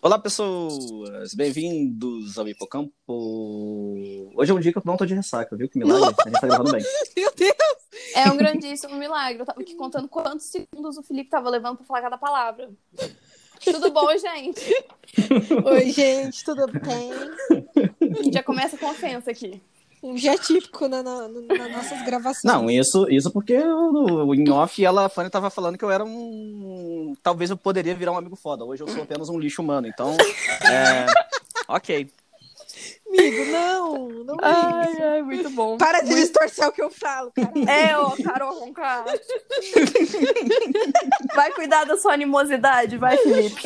Olá, pessoas! Bem-vindos ao Hipocampo! Hoje é um dia que eu não tô de ressaca, viu? Que milagre! A gente tá gravando bem. Meu Deus! É um grandíssimo milagre. Eu tava aqui contando quantos segundos o Felipe tava levando pra falar cada palavra. Tudo bom, gente? Oi, gente, tudo bem? Já começa com ofensa aqui. Um dia típico na, na- no- nas nossas gravações. Não, isso, isso porque o em off ela, a Fanny tava falando que eu era um. Talvez eu poderia virar um amigo foda. Hoje eu sou apenas um lixo humano, então. é, Ok. Amigo, não, não é isso. ai, muito bom. Para de distorcer o que eu falo, cara. É, ó, Carol Conká. Vai cuidar da sua animosidade, vai, Felipe.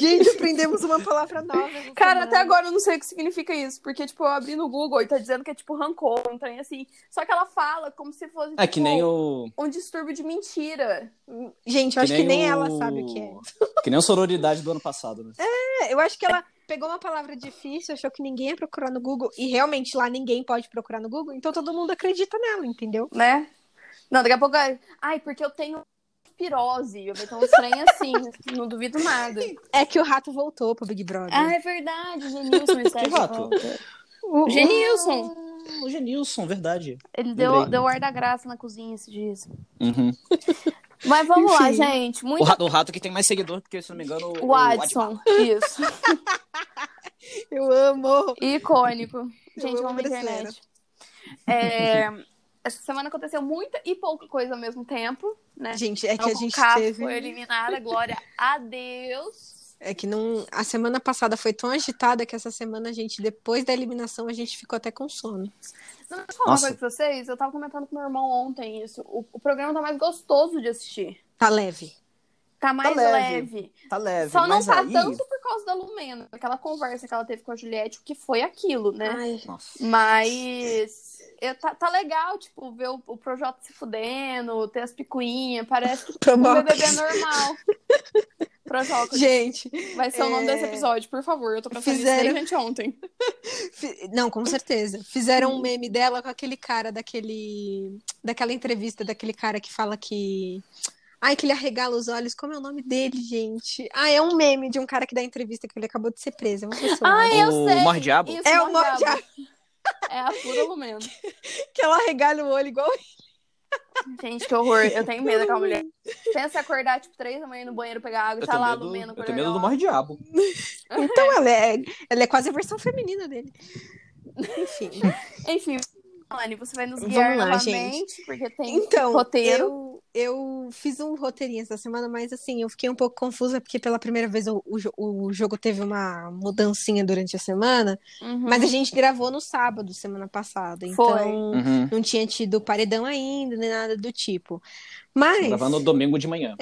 Gente, aprendemos uma palavra nova. essa Cara, semana. até agora eu não sei o que significa isso, porque, tipo, eu abri no Google e tá dizendo que é, tipo, rancor, um trem assim. Só que ela fala como se fosse, É que tipo, nem o. um distúrbio de mentira. Gente, eu acho que nem o- ela sabe o que é. Que nem a sororidade do ano passado, né? É, Eu acho que ela pegou uma palavra difícil, achou que ninguém ia procurar no Google, e realmente lá ninguém pode procurar no Google, então todo mundo acredita nela, entendeu? né? Não, daqui a pouco. é, Ai, porque eu tenho pirose. Eu vou ter um trem assim, não duvido nada. É que o rato voltou pro Big Brother. Ah, é verdade, Genilson está Que de rato? volta. O- o- Genilson. Ah, O Genilson, verdade. Ele Lembrei. deu, deu o ar da graça na cozinha esses dias. Uhum. Mas vamos lá, Enfim. gente. O, Muito. rato, o rato que tem mais seguidor, porque se não me engano. O Adson, isso. Eu amo. Icônico. Gente, amo vamos na brasileiro. internet. É, essa semana aconteceu muita e pouca coisa ao mesmo tempo, né? Gente, é que a Então, gente Conká teve. foi eliminada, glória a Deus. É que não. A semana passada foi tão agitada que essa semana a gente, depois da eliminação, a gente ficou até com sono. Não, deixa eu Nossa. falar uma coisa pra vocês. Eu tava comentando com meu irmão ontem isso. O, o programa tá mais gostoso de assistir. Tá leve. Tá mais leve. leve. Tá leve. Só não mas tá aí- tanto por causa da Lumena. Aquela conversa que ela teve com a Juliette, o que foi aquilo, né? Ai, Nossa. Mas eu, tá, tá legal, tipo, ver o, o Projota se fudendo, ter as picuinhas. Parece que um BBB normal. Projota. Gente, Vai ser o nome é. desse episódio, por favor. Eu tô pensando Fizeram- nisso desde ontem. fi- não, com certeza. Fizeram um meme dela com aquele cara daquele. Daquela entrevista daquele cara que fala que. Ai, que ele arregala os olhos. Como é o nome dele, gente? Ah, é um meme de um cara que dá entrevista que ele acabou de ser preso. É uma pessoa. Ai, eu O sei. Mordiabo? Isso, É o Mordiabo. Mordiabo. É a pura Lumena. Que ela arregala o olho igual. Gente, que horror. Eu tenho medo daquela mulher. Pensa em acordar, tipo, três da manhã no banheiro pegar água e Eu tá tenho lá medo, no menos. eu tenho medo do morre-diabo. Então ela é, ela é quase a versão feminina dele. Enfim. Enfim, Alane, você vai nos guiar Vamos lá, novamente, porque tem Então, roteiro. eu, eu fiz um roteirinho essa semana, mas assim, eu fiquei um pouco confusa porque pela primeira vez o, o jo- o jogo teve uma mudancinha durante a semana, Uhum. mas a gente gravou no sábado, semana passada, Foi. então Uhum. Tá não tinha tido paredão ainda, nem nada do tipo. Tô Mas Gravando domingo de manhã.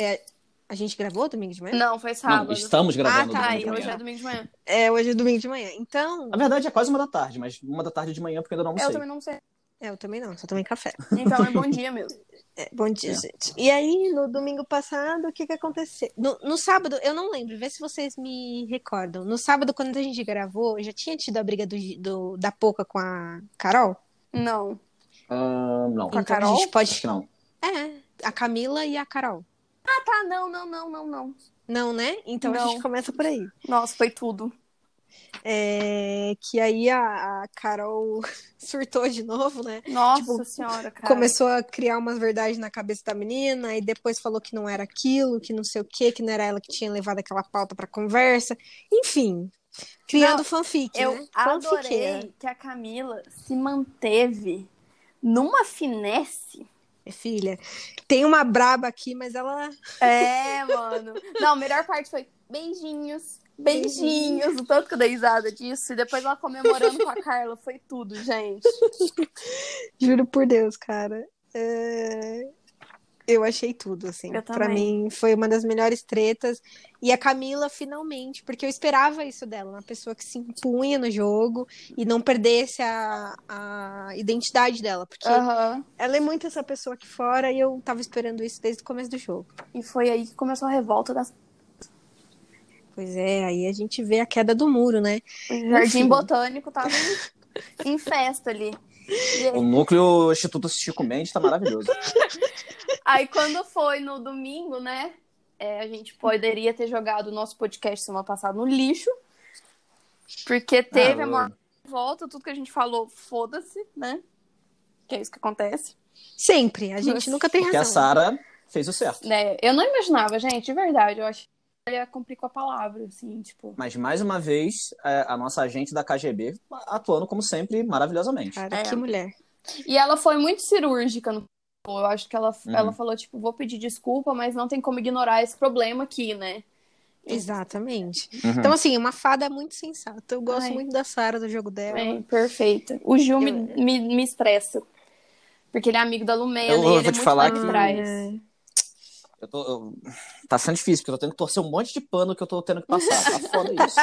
a gente gravou domingo de manhã? Não, foi Não, É, sábado. estamos gravando tá, Tá, domingo né? e de hoje manhã. é domingo de manhã. É, hoje é domingo de manhã. Então, Na verdade é quase uma da tarde, mas uma da tarde de manhã porque eu ainda não Eu almocei. também não sei. é, eu também não, só tomei café. Então é bom dia mesmo. É, bom dia, É. gente. E aí, no domingo passado, o que que aconteceu? No, no sábado, eu não lembro, vê se vocês me recordam. No sábado, quando a gente gravou, já tinha tido a briga do, Gi- do- da Poca com a Carol? Não. Ah, não. Com a então Carol? a gente Acho pode. que não. É, a Camila e a Carol. Ah, tá, não, não, não, não, não. Não, né? Então a Não. gente começa por aí. Nossa, foi tudo. É, que aí a, a Carol surtou de novo, né? Nossa Tipo, senhora, cara. Começou a criar umas verdades na cabeça da menina e depois falou que não era aquilo, que não sei o que, que não era ela que tinha levado aquela pauta pra conversa. Enfim, criando Não, fanfic, Eu né? Fanfiqueira. adorei que a Camila se manteve numa finesse. Filha, tem uma braba aqui, mas ela... É, mano. Não, a melhor parte foi beijinhos, beijinhos. O tanto que eu dei risada disso. E depois ela comemorando com a Carla. Foi tudo, gente. Juro por Deus, cara. É, Eu achei tudo, assim. Eu Pra também. mim, foi uma das melhores tretas. E a Camila, finalmente, porque eu esperava isso dela, uma pessoa que se impunha no jogo e não perdesse a, a identidade dela. Porque Aham. Ela é muito essa pessoa aqui fora e eu tava esperando isso desde o começo do jogo. E foi aí que começou a revolta das Pois é, aí a gente vê a queda do muro, né? O Jardim Enfim. Botânico tava em- em festa ali. O E núcleo Instituto Chico Mendes tá maravilhoso. aí quando foi no domingo, né? é, a gente poderia ter jogado o nosso podcast semana passada no lixo, porque teve Ah, a maior volta, tudo que a gente falou, foda-se, né? Que é isso que acontece. Sempre. A gente nunca tem Porque a razão. Sara fez o certo. Né? Eu não imaginava, gente, de verdade, eu acho que ela cumprir com a palavra, assim, tipo... Mas mais uma vez, é, a nossa agente da KGB atuando, como sempre, maravilhosamente. Cara, É. que mulher. E ela foi muito cirúrgica no eu acho que ela, Uhum. ela falou, tipo, vou pedir desculpa, mas não tem como ignorar esse problema aqui, né? Exatamente. Uhum. Então, assim, uma fada muito sensata. Eu gosto Ai. muito da Sara, do jogo dela. É, perfeita. O Gil me, me, me estressa. Porque ele é amigo da Lumena Eu- e eu ele vou é te muito falar lá que- atrás. Eu tô, eu- Tá sendo difícil, porque eu tô tendo que torcer um monte de pano que eu tô tendo que passar. Tá foda isso.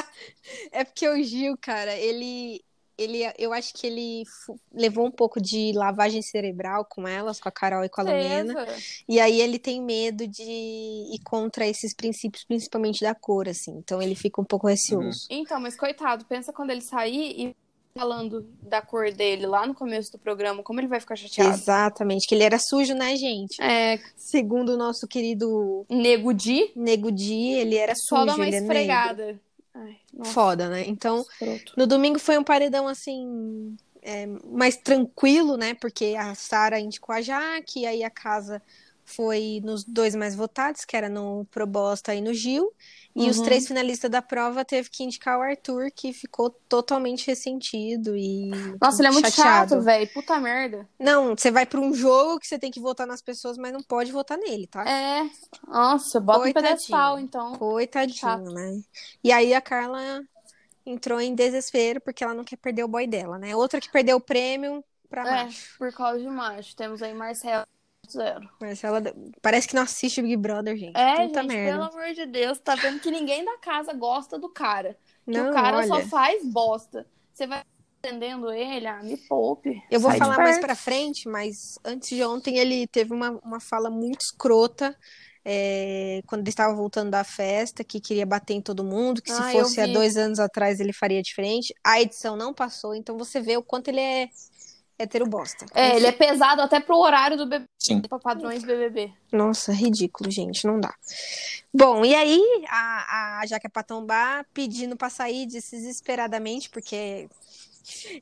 É porque o Gil, cara, ele. ele eu acho que ele fu- levou um pouco de lavagem cerebral com elas, com a Carol e com a Lumena. E aí ele tem medo de ir contra esses princípios, principalmente da cor, assim. Então ele fica um pouco receoso. Então, mas coitado, pensa quando ele sair e falando da cor dele lá no começo do programa, como ele vai ficar chateado. Exatamente, que ele era sujo, né, gente? É, Segundo o nosso querido nego de Nego Di, ele era só sujo, dá uma ele é negro. esfregada. Ai, nossa, Foda, né? Então, escroto. no domingo foi um paredão, assim, é, mais tranquilo, né? Porque a Sara indicou a Jaque, aí a casa foi nos dois mais votados, que era no Probosta e no Gil. E os Uhum. três finalistas da prova teve que indicar o Arthur, que ficou totalmente ressentido e Nossa, ele é muito chateado. chato, velho. Puta merda. Não, você vai pra um jogo que você tem que votar nas pessoas, mas não pode votar nele, tá? É. Nossa, bota um Coitadinho. pedestal, então. Coitadinho, Chato. né? E aí a Carla entrou em desespero porque ela não quer perder o boy dela, né? Outra que perdeu o prêmio pra É, macho. por causa de macho. Temos aí Marcelo Zero. Marcela parece que não assiste Big Brother, gente. É, Puta gente, merda. pelo amor de Deus, tá vendo que ninguém da casa gosta do cara. Que Não, o cara olha. só faz bosta. Você vai atendendo ele, ah, me poupe. Eu vou Sai de falar mais perto. pra frente, mas antes de ontem ele teve uma, uma fala muito escrota é, quando ele estava voltando da festa, que queria bater em todo mundo, que se Ah, eu fosse há vi. dois anos atrás ele faria diferente. A edição não passou, então você vê o quanto ele é hétero bosta. É, ele é pesado até pro horário do bebê, Sim. pra padrões BBB. Nossa, ridículo, gente, não dá. Bom, e aí a, a Jaque Patombá pedindo pra sair desesperadamente, porque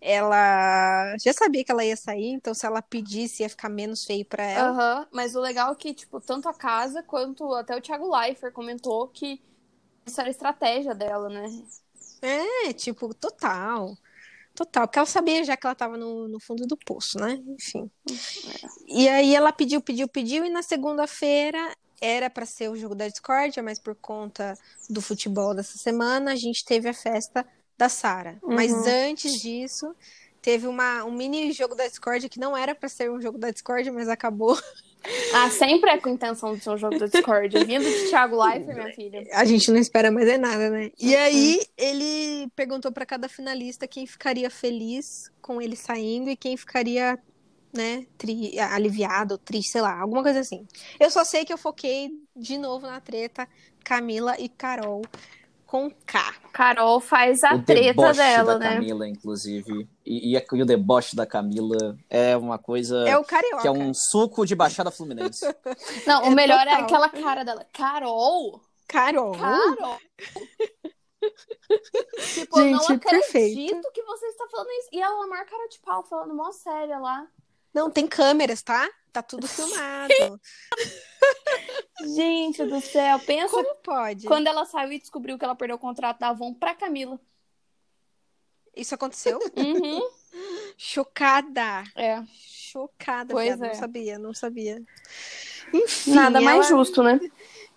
ela já sabia que ela ia sair, então se ela pedisse ia ficar menos feio pra ela. Aham, mas o legal é que, tipo, tanto a casa quanto até o Thiago Leifert comentou que isso era estratégia dela, né? É, tipo, total. Total, porque ela sabia já que ela tava no, no fundo do poço, né? Enfim. E aí ela pediu, pediu, pediu, e na segunda-feira era pra ser o jogo da discórdia, mas por conta do futebol dessa semana, a gente teve a festa da Sara. Mas Uhum. antes disso, teve uma, um mini jogo da discórdia que não era pra ser um jogo da discórdia, mas acabou. Ah, sempre é com intenção de ser um jogo da Discord. Vindo de Thiago Leifert, minha filha. A gente não espera mais é nada, né? Uhum. E aí ele perguntou pra cada finalista quem ficaria feliz com ele saindo e quem ficaria, né, tri- aliviado, triste, sei lá, alguma coisa assim. Eu só sei que eu foquei de novo na treta Camila e Carol com K. Carol faz a o Tá treta deboche dela, da né? Camila, inclusive. E, e a- e o deboche da Camila é uma coisa É o carioca. que é um suco de Baixada Fluminense. Não, É o melhor é total. aquela cara dela. Carol? Carol. Carol? tipo, eu não Gente, acredito perfeito. que você está falando isso. E ela marca cara de pau, falando mó séria lá. Não, tem câmeras, tá? Tá tudo filmado. Gente do céu, pensa Como pode? quando ela saiu e descobriu que ela perdeu o contrato da Avon pra Camila. Isso aconteceu? Uhum. Chocada. É. Chocada, Pois viado. é. Não sabia, não sabia. Enfim, Nada mais ela- justo, né?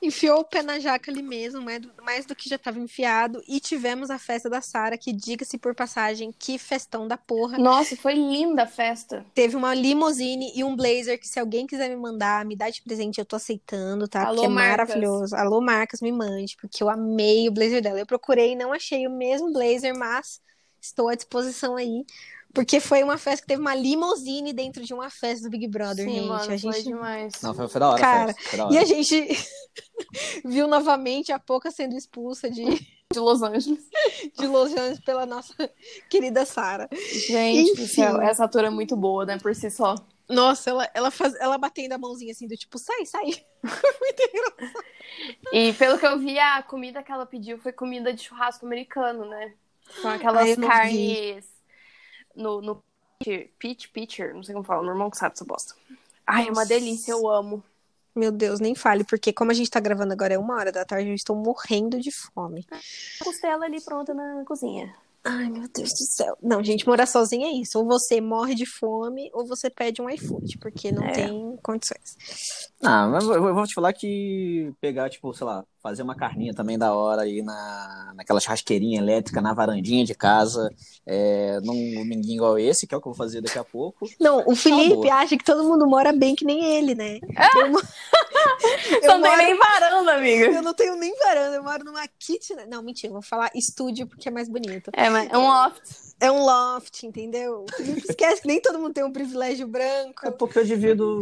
enfiou o pé na jaca ali mesmo, mais do, mais do que já estava enfiado. E tivemos a festa da Sara, que diga-se por passagem, que festão da porra. Nossa, foi linda a festa. Teve uma limousine e um blazer que se alguém quiser me mandar, me dá de presente, eu tô aceitando, tá? Alô, porque é Marcas. maravilhoso. Alô, Marcas, me mande, porque eu amei o blazer dela. Eu procurei, não achei o mesmo blazer, mas estou à disposição aí. Porque foi uma festa que teve uma limousine dentro de uma festa do Big Brother, Sim, gente. mano, a foi gente demais. Não, foi, foi da hora. Cara, foi- foi da hora. E a gente viu novamente a Poca sendo expulsa de, De Los Angeles. de Los Angeles pela nossa querida Sara. Gente do Enfim. céu, essa atura é muito boa, né? Por si só. Nossa, ela, ela, faz, ela batendo a mãozinha assim, do tipo, sai, sai. E pelo que eu vi, a comida que ela pediu foi comida de churrasco americano, né? São Ai, aquelas eu não vi. carnes no, no pitch, pitcher, não sei como fala, meu irmão que sabe essa bosta. Ai, é uma Nossa. delícia, eu amo. Meu Deus, nem fale, porque como a gente tá gravando agora é uma hora da tarde, eu estou morrendo de fome. Costela ali pronta na cozinha. Ai, meu Deus do céu. Não, gente, morar sozinha é isso. Ou você morre de fome, ou você pede um iFood, porque não É. tem condições. Ah, mas eu eu vou te falar que pegar, tipo, sei lá, fazer uma carninha também da hora aí na, naquela churrasqueirinha elétrica, na varandinha de casa, é, num dominguinho igual esse, que é o que eu vou fazer daqui a pouco. Não, o Felipe Amor. acha que todo mundo mora bem que nem ele, né? Eu, mo- eu Só não tem moro- nem varanda, amiga. eu não tenho nem varanda, eu moro numa kitchen. Não, mentira, eu vou falar estúdio porque é mais bonito. É, mas é um loft. É um loft, entendeu? Esquece que nem todo mundo tem um privilégio branco. É porque eu divido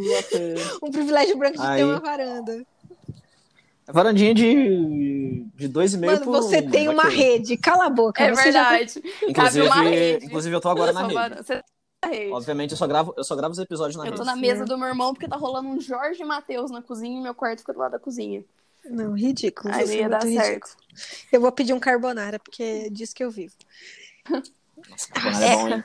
a Um privilégio branco de Aí. ter uma varanda. a varandinha de, de dois e meio Mano, por você um, tem uma ok. rede. Cala a boca. É você já tem- verdade. Inclusive, Cabe uma rede. inclusive eu tô agora Eu na sou rede. varanda. Você tá na rede. Obviamente eu só gravo, eu só gravo os episódios na Eu rede. tô na mesa do meu irmão porque tá rolando um Jorge Matheus na cozinha e meu quarto fica do lado da cozinha. Não, ridículo. você Aí não é ia dar muito ridículo. certo. Eu vou pedir um carbonara, porque é disso que eu vivo. Nossa, carbonara é bom, hein?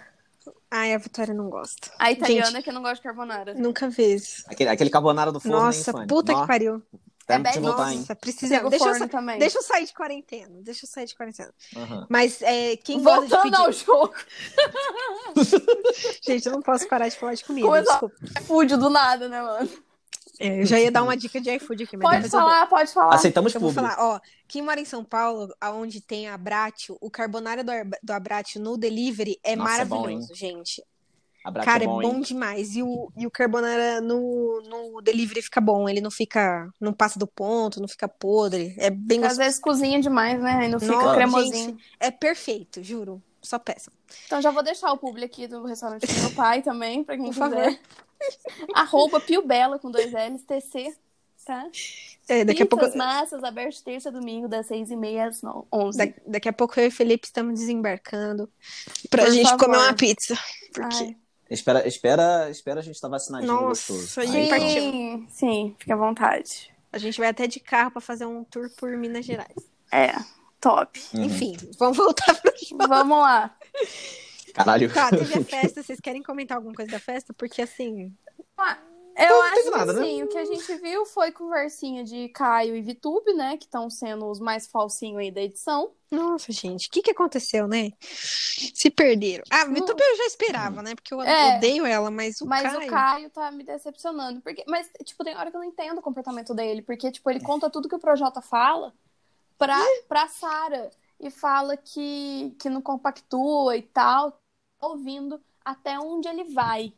Ai, a Vitória não gosta. A italiana Gente, tá que não gosta de carbonara. nunca fez. Aquele, aquele carbonara do forno, é Nossa, hein, Fanny? puta Nó, que pariu. quero É te bad- voltar, hein? Nossa, Pega precisamos. o Deixa eu, forno sa- também. deixa eu sair de quarentena. Deixa eu sair de quarentena. Aham. Mas é, quem gosta de Voltando pedir... ao jogo, Gente, eu não posso parar de falar de comida, Começou. desculpa. iFood é do nada, né, mano? É, eu já ia dar uma dica de iFood aqui, mas Pode depois eu vou. falar, pode falar. Aceitamos Eu vou público. falar, ó, quem mora em São Paulo, aonde tem a Abratio, o carbonara do, Ab- do Abratio no delivery é Nossa, é bom, maravilhoso, gente. Abraço Cara, é é bom, bom, hein? demais. E o, e o carbonara no, no delivery fica bom. Ele não fica. Não passa do ponto, não fica podre. É bem Às gostoso. vezes cozinha demais, né? Aí não fica Nossa, cremosinho. É perfeito, juro. Só peça. Então já vou deixar o público aqui do restaurante do meu pai também, pra quem Por quiser. Arroba Pio Bela com dois L's, TC, tá? É, daqui, a pouco, Pizzas, massas, aberto terça, e domingo, das seis e meia às no- onze. da- daqui a pouco eu e o Felipe estamos desembarcando pra Por gente favor. comer uma pizza. Porque. Ai, Espera, espera, espera a gente estar vacinadinho Nossa, gostoso. aí Aí, partiu. pronto. Sim, sim, fica à vontade. A gente vai até de carro pra fazer um tour por Minas Gerais. É, top. Uhum. Enfim, vamos voltar pro Vamos lá. então, Caralho. Tá, teve a festa. Vocês querem comentar alguma coisa da festa? Porque assim. Não, Eu não acho teve que nada, né? assim, o que a gente viu foi conversinha de Caio e Vitube, né? Que estão sendo os mais falsinhos aí da edição. Nossa, gente, o que, que aconteceu, né? Se perderam. Ah, Vitube eu já esperava, né? Porque eu É. odeio ela, mas o Mas Caio... o Caio tá me decepcionando. Porque, mas, tipo, tem hora que eu não entendo o comportamento dele. Porque, tipo, ele conta tudo que o Projota fala pra, pra Sara. E fala que, que não compactua e tal. Ouvindo até onde ele vai.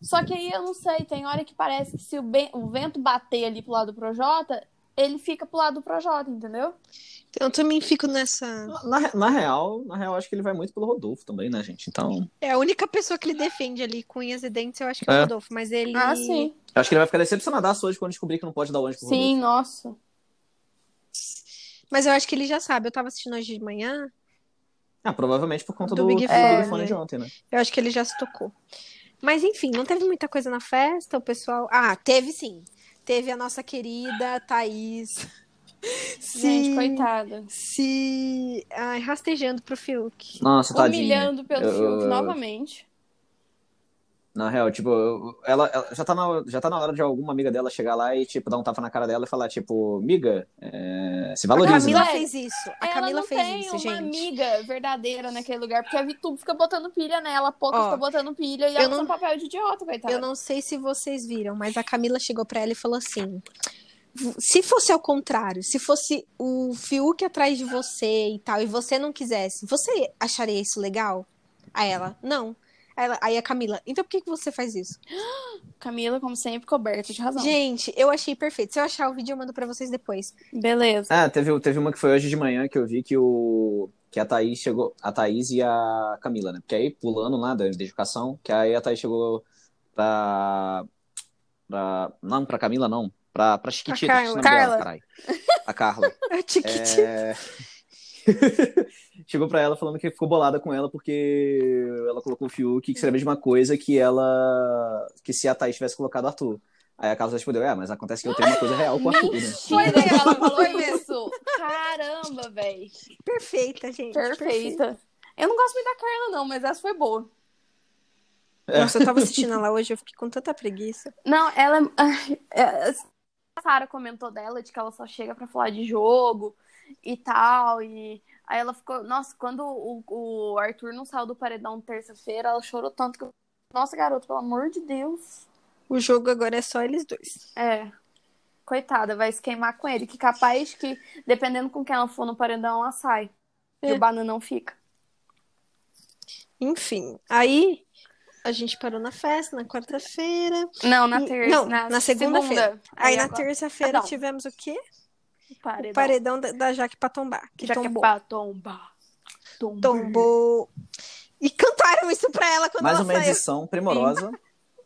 Só que aí eu não sei, tem hora que parece que se o, ben- o vento bater ali pro lado do Projota, ele fica pro lado do Projota, entendeu? Eu também fico nessa. Na, na real, na real, acho que ele vai muito pelo Rodolfo também, né, gente? Então, É a única pessoa que ele defende ali com unhas e dentes, eu acho que é o É. Rodolfo, mas ele. Ah, sim. eu acho que ele vai ficar decepcionadaço hoje quando descobrir que não pode dar onde pro Sim, nossa. Mas eu acho que ele já sabe. Eu tava assistindo hoje de manhã, Rodolfo. Ah, provavelmente por conta Do do, Big do Fone, Big Fone né? de ontem, né? É. eu acho que ele já se tocou. Mas enfim, não teve muita coisa na festa, o pessoal. Ah, teve sim. Teve a nossa querida Thaís. Gente, se- coitada. Se. Ai, rastejando pro Fiuk. Nossa, tadinha. Humilhando pelo Eu- Fiuk novamente. Na real, tipo, eu- ela, ela já, tá na, já tá na hora de alguma amiga dela chegar lá e, tipo, dar um tapa na cara dela e falar, tipo, miga, é, se A valoriza. Camila né?" né? fez isso. A ela Camila não fez tem isso, uma gente. amiga verdadeira naquele lugar, porque a Vitube fica botando pilha nela, a Poca Ó, fica botando pilha e eu ela não- tem um papel de idiota, coitada. Eu não sei se vocês viram, mas a Camila chegou pra ela e falou assim: se fosse ao contrário, se fosse o Fiuk atrás de você e tal, e você não quisesse, você acharia isso legal? Aí ela, não. Aí ela- aí a Camila, então por que, que você faz isso? Camila, como sempre, coberta de razão. Gente, eu achei perfeito. Se eu achar o vídeo, eu mando pra vocês depois. Beleza. Ah, teve, teve uma que foi hoje de manhã que eu vi que o que a Thaís chegou, a Thaís e a Camila, né? Porque aí pulando lá da da educação, que aí a Thaís chegou pra, pra não, pra Camila não, pra pra Chiquitita, Pra esqueci o nome Carla. É. dela, caralho. A Carla. Tiquiti. É... chegou pra ela falando que ficou bolada com ela porque ela colocou o Fiuk, que seria a mesma coisa que ela. que se a Thaís tivesse colocado o Arthur. Aí a Carla respondeu: É, mas acontece que eu tenho uma coisa real com o Arthur, né? Foi daí que ela falou isso. Caramba, velho. Perfeita, gente. Perfeita. Eu não gosto muito da Carla, não, mas essa foi boa. É. Nossa, eu tava assistindo ela hoje, eu fiquei com tanta preguiça. Não, ela. ai, é, A Sarah comentou dela de que ela só chega pra falar de jogo e tal. E aí ela ficou. Nossa, quando o, o Arthur não saiu do paredão terça-feira, ela chorou tanto que eu. Nossa, garoto, pelo amor de Deus. O jogo agora é só eles dois. É. Coitada, vai se queimar com ele. Que capaz que, dependendo com quem ela for no paredão, ela sai. E É. o banana não fica. Enfim, aí a gente parou na festa, na quarta-feira. Não, na E- terça. não, na, na segunda-feira. segunda. Aí, na agora- terça-feira Ah, não. tivemos o quê? Paredão. O paredão da, da Jaque pra tombar. Que Já que é tombou. pra tombar. Tombar. tombou. E cantaram isso pra ela quando Mais ela uma saiu. edição primorosa.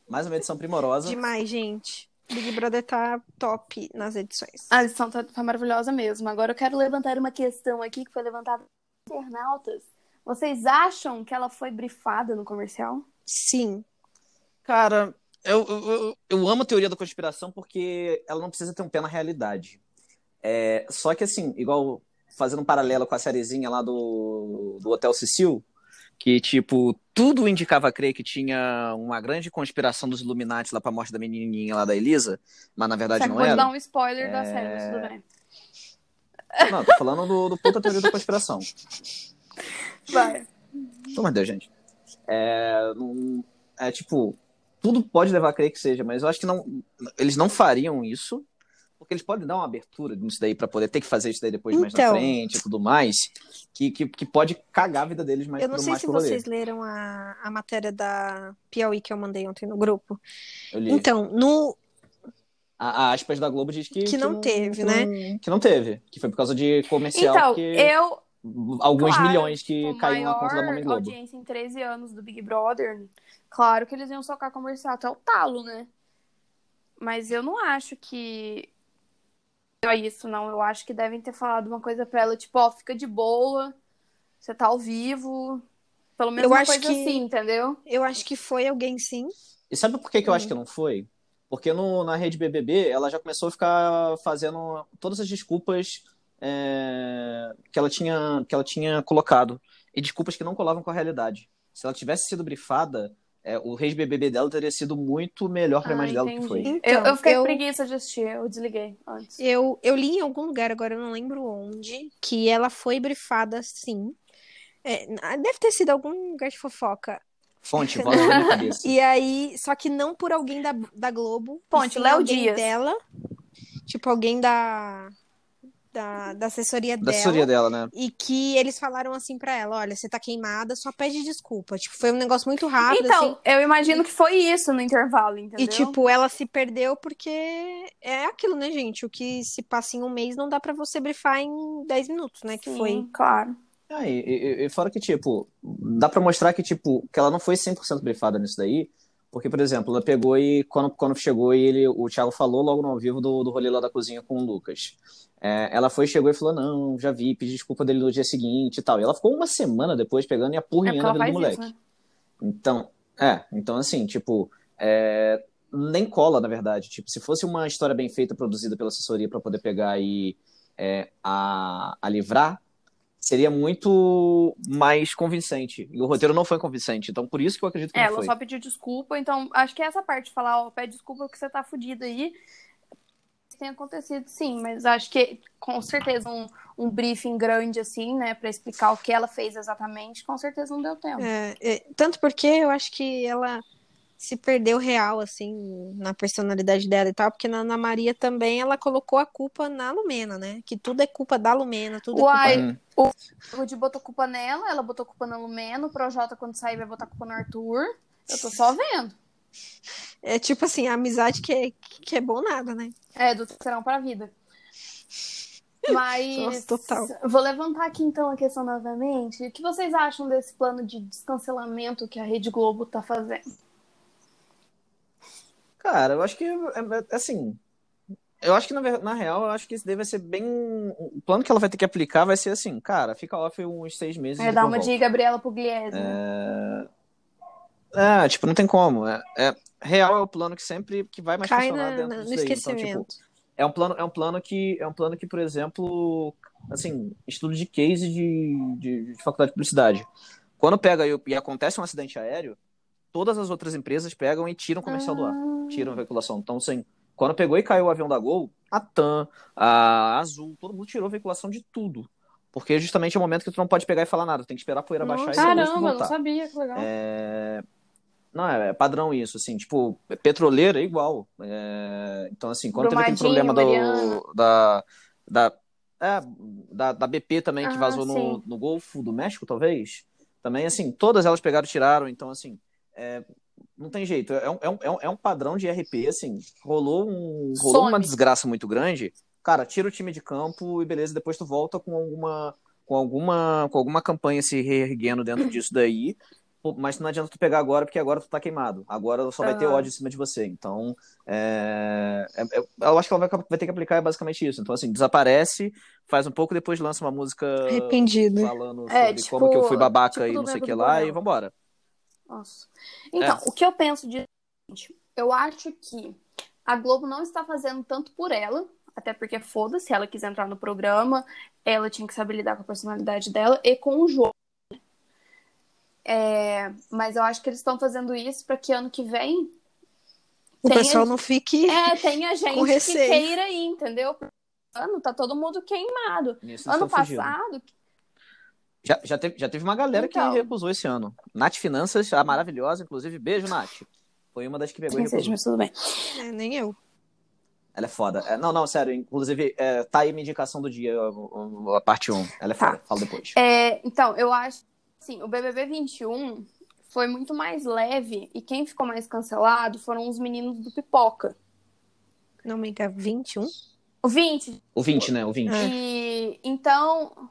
Mais uma edição primorosa. Demais, gente. Big Brother tá top nas edições. A lição tá, tá maravilhosa mesmo. Agora eu quero levantar uma questão aqui que foi levantada pelos internautas. Vocês acham que ela foi brifada no comercial? Sim. Cara, eu, eu, eu- eu amo a teoria da conspiração porque ela não precisa ter um pé na realidade. É, só que assim, igual fazendo um paralelo com a sériezinha lá do, do Hotel Cecil, que tipo, tudo indicava a crer que tinha uma grande conspiração dos Illuminati lá pra morte da menininha lá da Elisa, mas na verdade Será que eu não vou era. dar um spoiler É. da série, mas tudo bem. Não, tô falando do, do puta teoria da conspiração. Vai. Pelo amor de Deus, gente. É, não- é, tipo, tudo pode levar a crer que seja, mas eu acho que não, eles não fariam isso, porque eles podem dar uma abertura nisso daí pra poder ter que fazer isso daí depois mais na Então. frente e tudo mais, que, que, que pode cagar a vida deles mais eu não pro- sei mais se pro rolê. vocês leram a, a matéria da Piauí que eu mandei ontem no grupo. Eu li. Então, no a, a aspas da Globo diz que, que não teve, né? não- que não teve, que foi por causa de comercial Então, é que eu, alguns claro, milhões que tipo, com caiu na conta da Mamãe Tipo, maior Globo. audiência em 13 anos do Big Brother, claro que eles iam socar comercial até o talo, né? Mas eu não acho que é isso, não. Eu acho que devem ter falado uma coisa pra ela, tipo, ó, fica de boa, você tá ao vivo. Pelo menos Eu uma acho coisa que- assim, entendeu? eu acho que foi alguém sim. E sabe por que, que eu Hum. acho que não foi? Porque no- na rede BBB ela já começou a ficar fazendo todas as desculpas é, que, ela tinha, que ela tinha colocado. E desculpas que não colavam com a realidade. Se ela tivesse sido brifada, é, o rede BBB dela teria sido muito melhor pra Ah, imagem dela do que foi. entendi. Então, eu, eu fiquei eu- com preguiça de assistir, eu desliguei antes. Eu, eu li em algum lugar, agora eu não lembro onde, que ela foi brifada sim. É, na- deve ter sido algum lugar de fofoca. Fonte, volta na minha cabeça. E aí, só que não por alguém da, da Globo. e Ponte, sim Léo alguém Dias. dela. Tipo, alguém da, da, da assessoria Da dela. assessoria dela, né? E que eles falaram assim pra ela: olha, você tá queimada, só pede desculpa. Tipo, foi um negócio muito rápido, então, assim. eu imagino que foi isso no intervalo, entendeu? E, tipo, ela se perdeu porque é aquilo, né, gente? O que se passa em um mês não dá pra você brifar em 10 minutos, né? Que Sim, foi. Claro. Ah, e, e- e fora que, tipo, dá pra mostrar que, tipo, que ela não foi 100% brifada nisso daí, porque, por exemplo, ela pegou e, quando, quando chegou e ele, o Thiago falou logo no ao vivo do, do rolê lá da cozinha com o Lucas. É, ela foi, chegou e falou, não, já vi, pedi desculpa dele no dia seguinte e tal. E ela ficou uma semana depois pegando e É apurrinhando porque a ela vida do faz moleque. isso, né? Então, é, então assim, tipo, é, nem cola, na verdade. Tipo, se fosse uma história bem feita, produzida pela assessoria pra poder pegar e é, a, a livrar, seria muito mais convincente. E o roteiro não foi convincente, então por isso que eu acredito que É, não ela foi. só pediu desculpa, então acho que é essa parte de falar, ó, pede desculpa porque você tá fudido aí. Isso Tem acontecido sim, mas acho que com certeza um, um briefing grande assim, né, pra explicar o que ela fez exatamente, com certeza não deu tempo. É, é, tanto porque eu acho que ela se perdeu real, assim, na personalidade dela e tal, porque na Ana Maria também ela colocou a culpa na Lumena, né? Que tudo é culpa da Lumena, tudo Uai, é Ai, Hum. O Rudy botou culpa nela, ela botou culpa na Lumena, o Projota quando sair vai botar culpa no Arthur. Eu tô só vendo. culpa. É tipo assim, a amizade que é, que é bom nada, né? É, do terceirão pra vida. Mas. Nossa, total. Vou levantar aqui então a questão novamente. O que vocês acham desse plano de descancelamento que a Rede Globo tá fazendo? Cara, eu acho que, é, é, assim, Eu acho que, na, ver- na real, eu acho que isso daí vai ser bem. O plano que ela vai ter que aplicar vai ser assim, cara, fica off uns seis meses. É e dar depois uma volta. de Gabriela Pugliese. É, tipo, não tem como. É, é- real é o plano que sempre que vai mais Cai funcionar na- dentro na- no disso daí. Então, tipo, esquecimento. é um plano, é um plano que é um plano que, por exemplo, assim, estudo de case de, de, de faculdade de publicidade. Quando pega e, e acontece um acidente aéreo, todas as outras empresas pegam e tiram o comercial do ar, Ah. tiram a veiculação. Então, assim, quando pegou e caiu o avião da Gol, a TAM, a Azul, todo mundo tirou a veiculação de tudo. Porque justamente é o momento que tu não pode pegar e falar nada, tem que esperar a poeira baixar e depois tu Caramba, voltar. É. não sabia, que legal. Não, é padrão isso, assim, tipo, petroleira é igual. É, então, assim, quando teve aquele Brumadinho, problema do, Mariana. da, da, é, da, da BP também, que Ah, vazou no, sim. no Golfo do México, talvez, também, assim, todas elas pegaram e tiraram, então, assim, é, não tem jeito, é um, é, um- é um, é um padrão de RP, assim, rolou, um, rolou Some. uma desgraça muito grande, cara, tira o time de campo e beleza, depois tu volta com alguma, com alguma, com alguma campanha se reerguendo dentro disso daí, Pô, mas não adianta tu pegar agora, porque agora tu tá queimado. Agora só vai ter Aham. ódio em cima de você. Então, é... é- é- eu acho que ela vai, vai ter que aplicar basicamente isso. Então, assim, desaparece, faz um pouco, depois lança uma música Arrependido. falando É, sobre tipo- como que eu fui babaca tipo e do não sei o Nego que do lá, Borel. e vambora. Nossa. Então, É. o que eu penso disso, gente, eu acho que a Globo não está fazendo tanto por ela, até porque foda-se, ela quis entrar no programa, ela tinha que saber lidar com a personalidade dela e com o jogo. né? É, mas eu acho que eles estão fazendo isso para que ano que vem O Tem pessoal a- não fique. é, tenha gente que receio. queira ir, entendeu? Porque Ano, tá todo mundo queimado. Nisso eles ano tão fugindo. passado, Já, já, teve, já teve uma galera Então. que recusou esse ano. Nath Finanças, a maravilhosa, inclusive, beijo, Nath. Foi uma das que pegou e quem seja, recusou. mas tudo bem. É, nem eu. Ela é foda. É, não, não, sério, inclusive, é, tá aí minha indicação do dia, a- a a parte 1. Ela é Tá. foda, fala depois. É, então, eu acho assim, o BBB 21 foi muito mais leve e quem ficou mais cancelado foram os meninos do Pipoca. Não, amiga, 21? O 20. O 20, né? O 20. É. E então,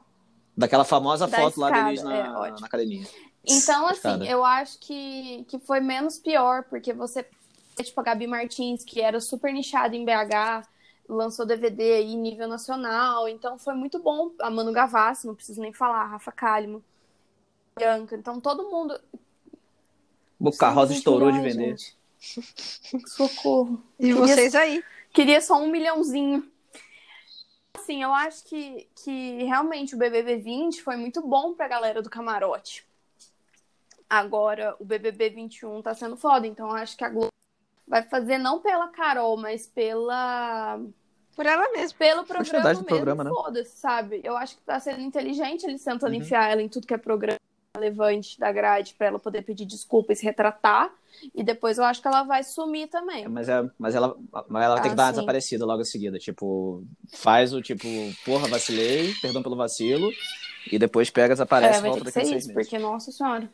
Daquela famosa Da foto lá escada, deles na, é, ótimo. na academia. então Escada. assim, eu acho que, que foi menos pior, porque você, tipo, a Gabi Martins, que era super nichada em BH, lançou DVD aí em nível nacional, então foi muito bom. A Manu Gavassi, não preciso nem falar, a Rafa Kalimann, Bianca, então todo mundo. Boca Rosa Gente, estourou de ai, vender. gente. Socorro. E vocês aí? Queria só um milhãozinho. Assim, eu acho que, que realmente o BBB 20 foi muito bom pra galera do camarote. Agora, o BBB 21 tá sendo foda, então eu acho que a Globo vai fazer não pela Carol, mas pela Por ela mesma. pelo programa Continuidade do mesmo, programa, né? foda-se, sabe? Eu acho que tá sendo inteligente eles tentando Uhum. enfiar ela em tudo que é programa relevante da grade pra ela poder pedir desculpa e se retratar, e depois eu acho que ela vai sumir também. É, Mas, é, mas ela, mas ela tem Ah, que dar uma sim. desaparecida logo em seguida. Tipo, faz o tipo, porra, vacilei, perdão pelo vacilo. E depois pega, desaparece É, e vai volta ter que daqui ser a seis isso, meses. porque, nossa senhora.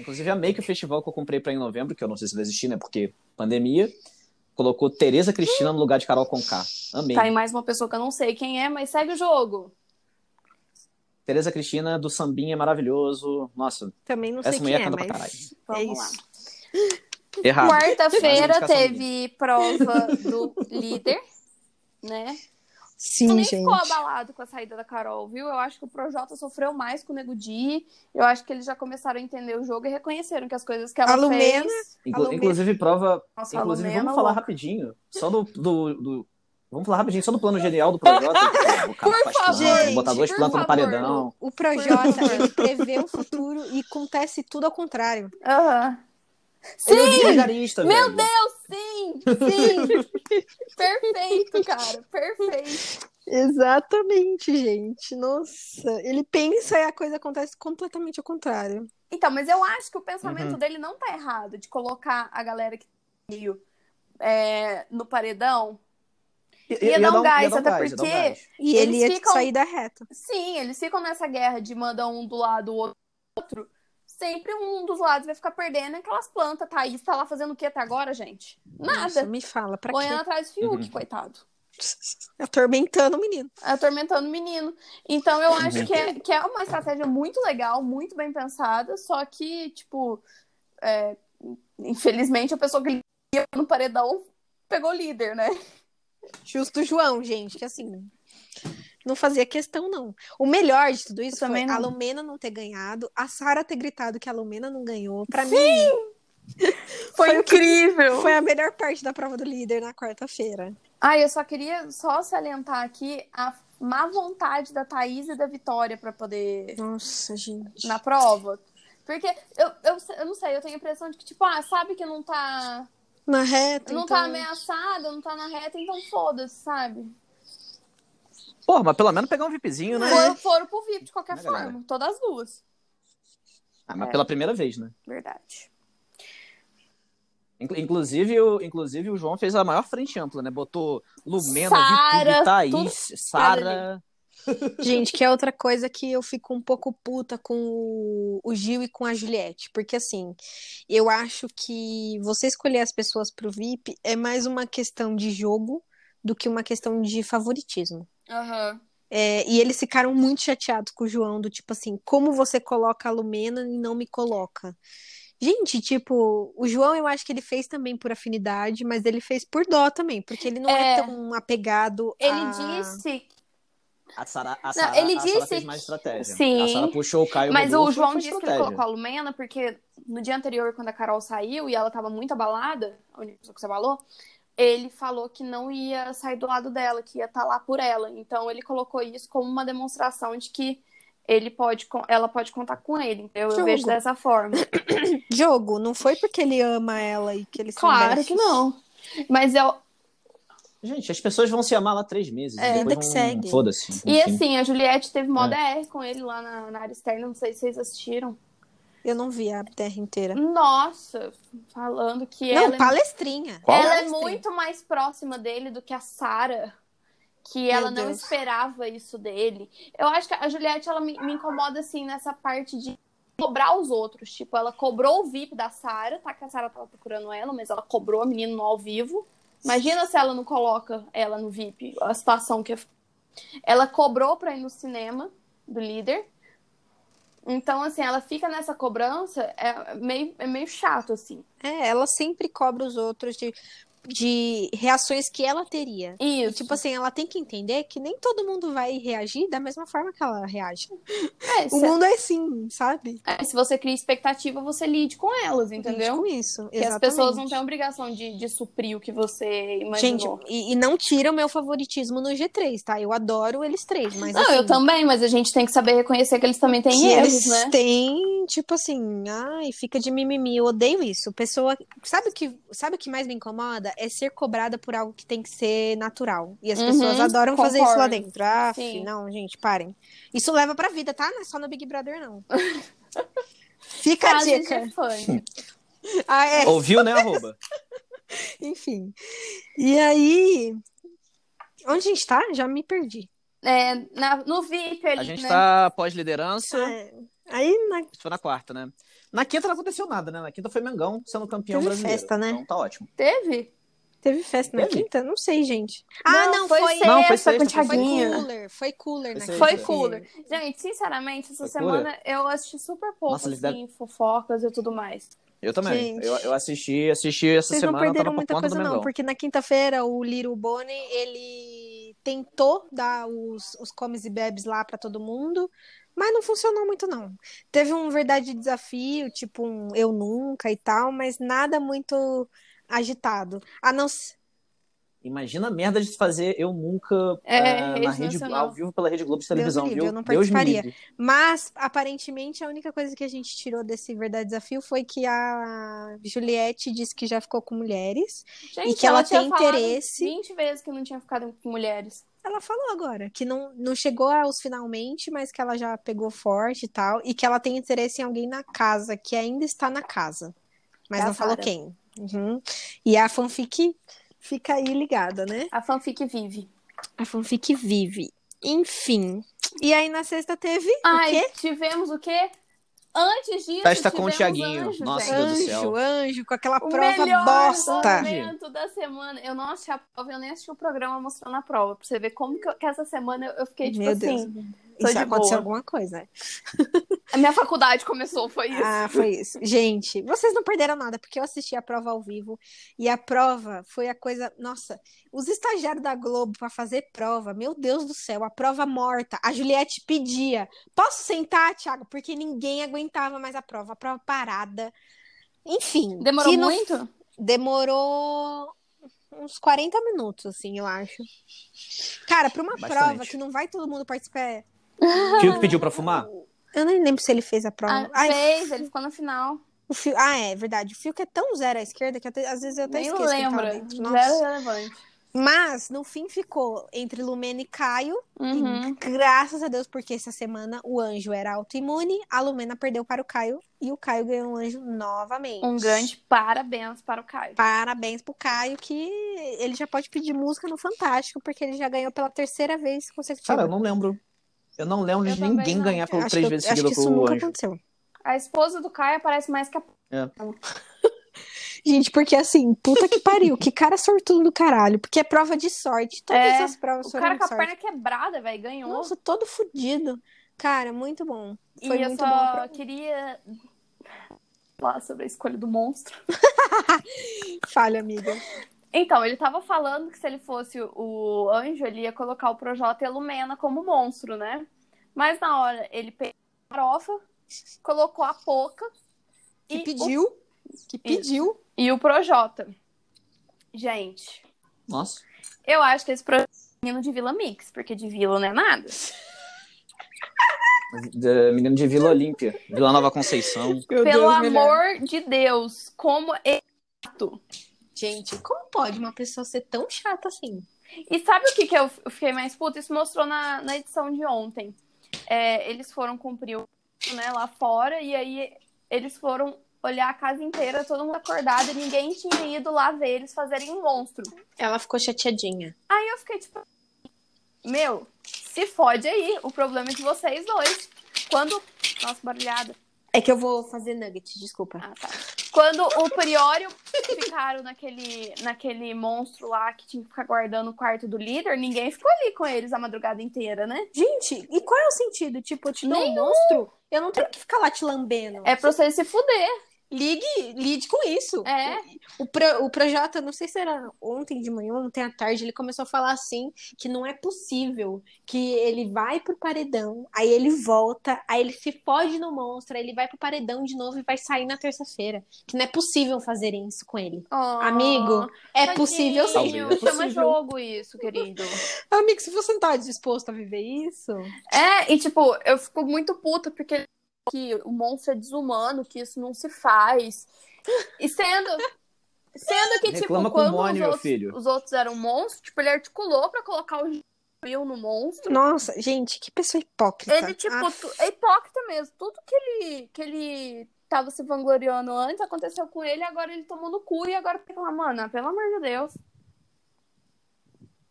Inclusive, amei que o festival que eu comprei pra ir em novembro, que eu não sei se vai existir, né? Porque pandemia, colocou Tereza Cristina no lugar de Carol Conká. Amei. Tá aí mais uma pessoa que eu não sei quem é, mas segue o jogo. Tereza Cristina do Sambinha é maravilhoso. Nossa, Também não essa sei mulher quem é, canta pra mas. caralho. Vamos é lá. isso. Errado. Mais Quarta-feira uma indicação teve prova do líder, né? Tu Sim, nem gente. ficou abalado com a saída da Carol, viu? Eu acho que o Projota sofreu mais com o Nego Di. Eu acho que eles já começaram a entender o jogo e reconheceram que as coisas que ela A Lumena. fez... Inclu- Alô, mesmo. inclusive, prova, Nossa, a Inclusive, Lumena, vamos falar louca. rapidinho, só do, do, do- Vamos falar rapidinho, só do plano genial do Projota. O cara Por faz favor, planta, vou botar dois por plantas no favor. paredão. O Projota, Por favor. ele prevê o futuro e acontece tudo ao contrário. Aham. Ele é um vigarista, Meu velho. Sim, sim. perfeito, cara. Perfeito. Exatamente, gente. Nossa, ele pensa e a coisa acontece completamente ao contrário. Então, mas eu acho que o pensamento Uhum. dele não tá errado de colocar a galera que tá no meio é, no paredão. I- Ia ia dar um ia gás, dar um até gás, ia dar um porque- gás. E Eles ele ia ficam- sair da reta. Sim, eles ficam nessa guerra de mandar um do lado, o outro. Sempre um dos lados vai ficar perdendo aquelas plantas. Thaís tá lá fazendo o que até agora, gente? Nossa, Nada. me fala, pra Boiando quê? atrás do Fiuk, Uhum. coitado. Atormentando o menino. atormentando o menino. Então eu acho Uhum. que é, que é uma estratégia muito legal, muito bem pensada, só que, tipo, é, infelizmente a pessoa que ia no paredão pegou o líder, né? Justo João, gente, que assim. Não fazia questão, não. O melhor de tudo isso Eu também foi a não. Lumena não ter ganhado, a Sara ter gritado que a Lumena não ganhou. Pra Sim! mim, Foi, Foi o que- incrível. foi a melhor parte da prova do líder na quarta-feira. Ah, eu só queria só salientar aqui a má vontade da Thaís e da Vitória pra poder Nossa, gente. na prova. Porque eu, eu, eu não sei, eu tenho a impressão de que, tipo, ah, sabe que não tá. Na reta. Não então... tá ameaçada, não tá na reta, então foda-se, sabe? Porra, mas pelo menos pegar um VIPzinho, né? É. Foram, foram pro VIP de qualquer Né, forma, galera? todas as duas. Ah, mas pela primeira vez, né? Verdade. Inclu- Inclusive o, inclusive, o João fez a maior frente ampla, né? Botou Lumena, Sara, Vitube, tudo- Thaís, Sara. Gente, que é outra coisa que eu fico um pouco puta com o- o Gil e com a Juliette. Porque, assim, eu acho que você escolher as pessoas pro VIP é mais uma questão de jogo do que uma questão de favoritismo. Aham. É, e eles ficaram muito chateados com o João, do tipo assim, como você coloca a Lumena e não me coloca? Gente, tipo, o João eu acho que ele fez também por afinidade, mas ele fez por dó também, porque ele não é, É. tão apegado Ele a... disse. A Sara a Sara- ele a Sara disse fez que- mais estratégia. Sim. A Sara puxou o Caio Mas Rodolfo o e João foi disse que ele estratégia. colocou a Lumena porque no dia anterior, quando a Carol saiu e ela tava muito abalada, a única pessoa que você falou, ele falou que não ia sair do lado dela, que ia estar lá por ela. Então ele colocou isso como uma demonstração de que ele pode, con- ela pode contar com ele. entendeu? Eu Jogo. vejo dessa forma. Jogo, não foi porque ele ama ela e que eles são Claro bestes. que não. Mas eu, Gente, as pessoas vão se amar lá três meses. e É, vida depois que vão... segue. Foda-se. E enfim. assim, a Juliette teve mó DR com ele lá na, na área externa, não sei se vocês assistiram. Eu não vi a terra inteira. Nossa, falando que não, ela, é- palestrinha. Qual? ela é Palestrinha. muito mais próxima dele do que a Sara. Que Meu ela não Deus. esperava isso dele. Eu acho que a Juliette, ela me, me incomoda, assim, nessa parte de cobrar os outros. Tipo, ela cobrou o VIP da Sara, tá? Que a Sara tava procurando ela, mas ela cobrou a menina no ao vivo. Imagina se ela não coloca ela no VIP, a situação que ia ela cobrou pra ir no cinema do líder. Então, assim, ela fica nessa cobrança, é meio, é meio chato, assim. É, ela sempre cobra os outros de, de reações que ela teria. E, Isso. tipo assim, ela tem que entender que nem todo mundo vai reagir da mesma forma que ela reage. É, O se, mundo é assim, sabe? é, se você cria expectativa, você lide com elas, entendeu? Com isso, Porque as pessoas não têm obrigação de, de suprir o que você Gente, imaginou. e, e não tira o meu favoritismo no G3, tá? Eu adoro eles três, mas não, assim, eu também, mas a gente tem que saber reconhecer que eles também têm que erros, eles né? têm, tipo assim, ai, fica de mimimi, eu odeio isso. Pessoa, sabe o que, sabe o que mais me incomoda? É ser cobrada por algo que tem que ser natural. E as Uhum, pessoas adoram fazer isso lá concordo. dentro. Ah, Sim. não, gente, parem. Isso leva pra vida, tá? Não é só no Big Brother não. Fica a Frases dica. de fã. Ah, é. Ouviu, né, arroba? Enfim. E aí, onde a gente tá? Já me perdi. É, na- no VIP ali, A gente né? tá pós-liderança. É, Aí na Isso foi na quarta, né? Na quinta não aconteceu nada, né? Na quinta foi Mengão sendo campeão Teve brasileiro. festa, né? Então tá ótimo. Teve? Teve festa na Teve? quinta? Não sei, gente. Não, foi sexta, Não, foi sexta, com o foi Ah, Foi Thiaguinho. cooler, foi cooler na Foi quinta. Foi cooler. Gente, sinceramente, essa Foi semana eu assisti super pouco, Nossa, eles assim, fofocas e tudo mais. Eu também. Gente. Eu, eu assisti, assisti essa Vocês não semana, eu perderam tava por muita conta do coisa, não, Mengão. porque na quinta-feira o Little Bonnie, ele tentou dar os, os comes e bebes lá pra todo mundo, mas não funcionou muito, não. Teve um verdade desafio, tipo um eu nunca e tal, mas nada muito agitado. A não ser. Imagina a merda de fazer Eu Nunca É, eh, na Rede Rede, Nacional. ao vivo pela Rede Globo de Televisão, me livre, viu? eu não Deus me participaria. livre. Mas, aparentemente, a única coisa que a gente tirou desse verdade desafio foi que a Juliette disse que já ficou com mulheres. Gente, que ela tinha tem falado interesse. 20 vezes que eu não tinha ficado com mulheres. Ela falou agora que não, não chegou aos finalmente, mas que ela já pegou forte e tal, e que ela tem interesse em alguém na casa, que ainda está na casa, mas É a não falou Sara. quem. Uhum. E a fanfic fica aí ligada, né? A fanfic vive. A fanfic vive. Enfim. E aí na sexta teve Ai, o quê? tivemos o quê? Antes disso, Festa com o tivemos Thiaguinho. Anjo, Nossa, gente. Deus do céu. Anjo, anjo, com aquela O prova melhor bosta. momento da semana. Eu não assisti a prova, eu nem assisti o programa mostrando a prova. Pra você ver como que, eu- que essa semana eu, eu fiquei, tipo Meu assim. Deus. tô Isso de aconteceu boa. alguma coisa, né? A minha faculdade começou, foi isso. Ah, foi isso. Gente, vocês não perderam nada, porque eu assisti a prova ao vivo e a prova foi a coisa. Nossa, os estagiários da Globo para fazer prova, meu Deus do céu, a prova morta. A Juliette pedia: posso sentar, Thiago? Porque ninguém aguentava mais a prova, a prova parada. Enfim. Demorou que no- muito? Demorou uns 40 minutos, assim, eu acho. Cara, pra uma Bastante. prova que não vai todo mundo participar. é- Tio que pediu pra fumar? Eu nem lembro se ele fez a prova. Ah, Ai, fez, ele ficou na final. O fio... Ah, é verdade. O fio que é tão zero à esquerda que até- às vezes eu até Nem esqueço quem tava lembra. dentro. Zero Nossa. relevante. Mas, no fim, ficou entre Lumena e Caio. Uhum. E graças a Deus, porque essa semana o anjo era autoimune, a Lumena perdeu para o Caio e o Caio ganhou um anjo novamente. Um grande parabéns para o Caio. Parabéns pro Caio, que ele já pode pedir música no Fantástico, porque ele já ganhou pela terceira vez consecutiva. Cara, eu não lembro. Eu não lembro Eu de também ninguém não, ganhar pelo acho três que, vezes acho seguida que isso com o nunca anjo. aconteceu. A esposa do Caio aparece mais que a. Gente, porque assim, puta que pariu, que cara sortudo do caralho, porque é prova de sorte. Todas É, as provas O foram cara de com a sorte. perna quebrada, velho, ganhou. Nossa, todo fudido. Cara, muito bom. Foi e eu muito só bom. a prova. queria falar sobre a escolha do monstro. Fale, amiga. Então, ele tava falando que se ele fosse o anjo, ele ia colocar o Projota e a Lumena como monstro, né? Mas na hora, ele pegou a farofa, colocou a Poca Que e, o, pediu. Que pediu. e o Projota. Gente, Nossa. eu acho que esse Projota é menino de Vila Mix, porque de Vila não é nada. Da- eh, Menino de Vila Olímpia. Vila Nova Conceição. Pelo amor de Deus, como é chato. Gente, como pode uma pessoa ser tão chata assim? E sabe o que, que eu eu fiquei mais puta? Isso mostrou na, na edição de ontem. É, eles foram cumprir o né, lá fora e aí eles foram olhar a casa inteira, todo mundo acordado, e ninguém tinha ido lá ver eles fazerem um monstro. Ela ficou chateadinha. Aí eu fiquei tipo, meu, se fode aí, o problema é de vocês dois. Quando. Nossa, barulhada. É que eu vou fazer nugget, desculpa. Ah, tá. Quando o Priório ficaram naquele, naquele monstro lá que tinha que ficar guardando o quarto do líder, ninguém ficou ali com eles a madrugada inteira, né? Gente, e qual é o sentido? Tipo, eu te dou um Nenhum. monstro, eu não tenho que ficar lá te lambendo. É pra você se fuder. Ligue, lide com isso. É. O, pro, o Projota, não sei se era ontem de manhã, ontem à tarde, ele começou a falar assim, que não é possível que ele vai pro paredão, aí ele volta, aí ele se fode no monstro, aí ele vai pro paredão de novo e vai sair na terça-feira. Que não é possível fazerem isso com ele. Amigo, é possível sim. Tadinho. É Chama possível. jogo isso, querido. Amigo, se você não tá disposto a viver isso... é, e tipo, eu fico muito puta porque ele falou que o monstro é desumano, que isso não se faz. E sendo. Sendo que, tipo, Reclama com o quando Boni, os, meu outros, filho. os outros eram monstros, tipo, ele articulou pra colocar o Gil no monstro. Nossa, gente, que tá- pessoa hipócrita. Ele, tipo, tu- é hipócrita mesmo. Tudo que ele, que ele tava se vangloriando antes aconteceu com ele, agora ele tomou no cu e agora fica lá, mano, ah, pelo amor de Deus.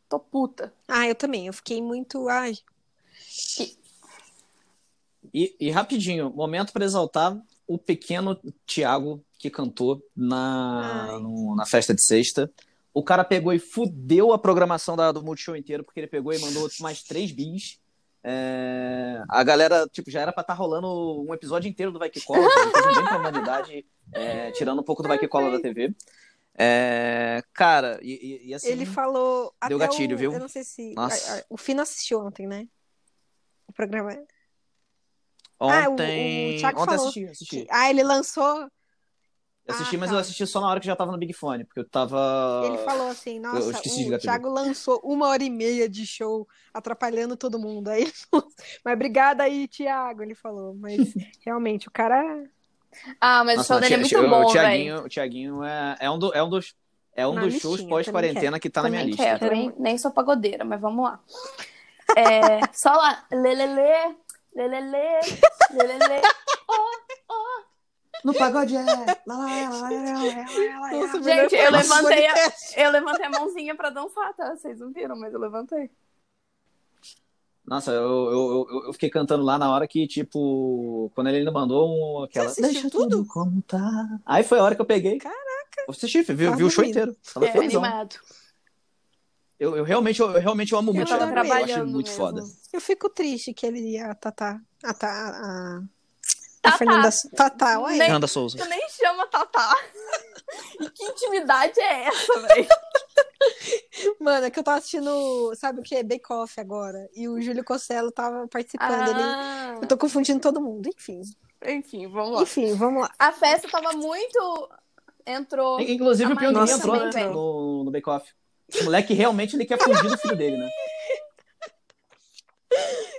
Tô puta. Ah, eu também, eu fiquei muito... Ai, E, e rapidinho, momento pra exaltar o pequeno Tiago que cantou na, Ai. no- na festa de sexta. O cara pegou e fudeu a programação da- do Multishow inteiro, porque ele pegou e mandou mais três bis. É, a galera, tipo, já era pra estar rolando um episódio inteiro do Vai Que Cola, uma coisa bem pra humanidade, é, tirando um pouco do Vai Que Cola da TV. É, cara, e, e- e assim... Ele falou. deu até gatilho, o- viu? Eu não sei se. Nossa. a- a- O Fino assistiu ontem, né? O programa. Ah, o- Ontem. o Thiago ontem falou assisti, assisti. Ah, ele lançou. Eu assisti, Ah, mas tá. eu assisti só na hora que já tava no Big Fone, porque eu tava. Ele falou assim: Nossa, Ah. esqueci de o gatilho. Thiago lançou uma hora e meia de show, atrapalhando todo mundo. Aí ele falou: assim, Mas obrigada aí, Thiago. Ele falou. Mas realmente, o cara. é Ah, mas Nossa, o show dele é Thi- muito Thi- bom, o velho. Thiaguinho, o Thiaguinho é, é um, do- é um dos, é um Na dos listinha, shows também pós-quarentena que tá na minha Também lista. quero, hein? nem sou pagodeira, mas vamos lá. É, só lá. Lelele, lelele, lelele. No pagode é. Nossa, Gente, melhor eu falar do levantei a- podcast. Eu levantei a mãozinha pra dançar, tá? Vocês não viram, mas eu levantei. Nossa, eu, eu, eu, eu fiquei cantando lá na hora que, tipo, quando ele ainda mandou um, aquela. Você assistiu tudo? tá. contar. Aí foi a hora que eu peguei. Caraca! Eu assisti, vi, Tava vi o show dormindo. inteiro. Tava É, felizão. animado. Eu, eu realmente, eu, eu realmente amo muito o Eu tava Thiago. Eu acho trabalhando ele muito mesmo. foda. Eu fico triste que ele ia. A Tatá. A, Tatá- a- Tatá. Fernanda Tatá, ué. Nem- Fernanda Souza. Tu nem chama Tatá. E que intimidade é essa, velho? Mano, é que eu tava assistindo, sabe o que? Bake Off agora. E o Júlio Costello tava participando ali. Ah, Eu tô confundindo todo mundo, enfim. Enfim, vamos lá. Enfim, vamos lá. A festa tava muito. Entrou. Inclusive, A o pior que Maria entrou também né, veio. no, no Bake Off. O moleque realmente ele quer fugir do filho dele, né?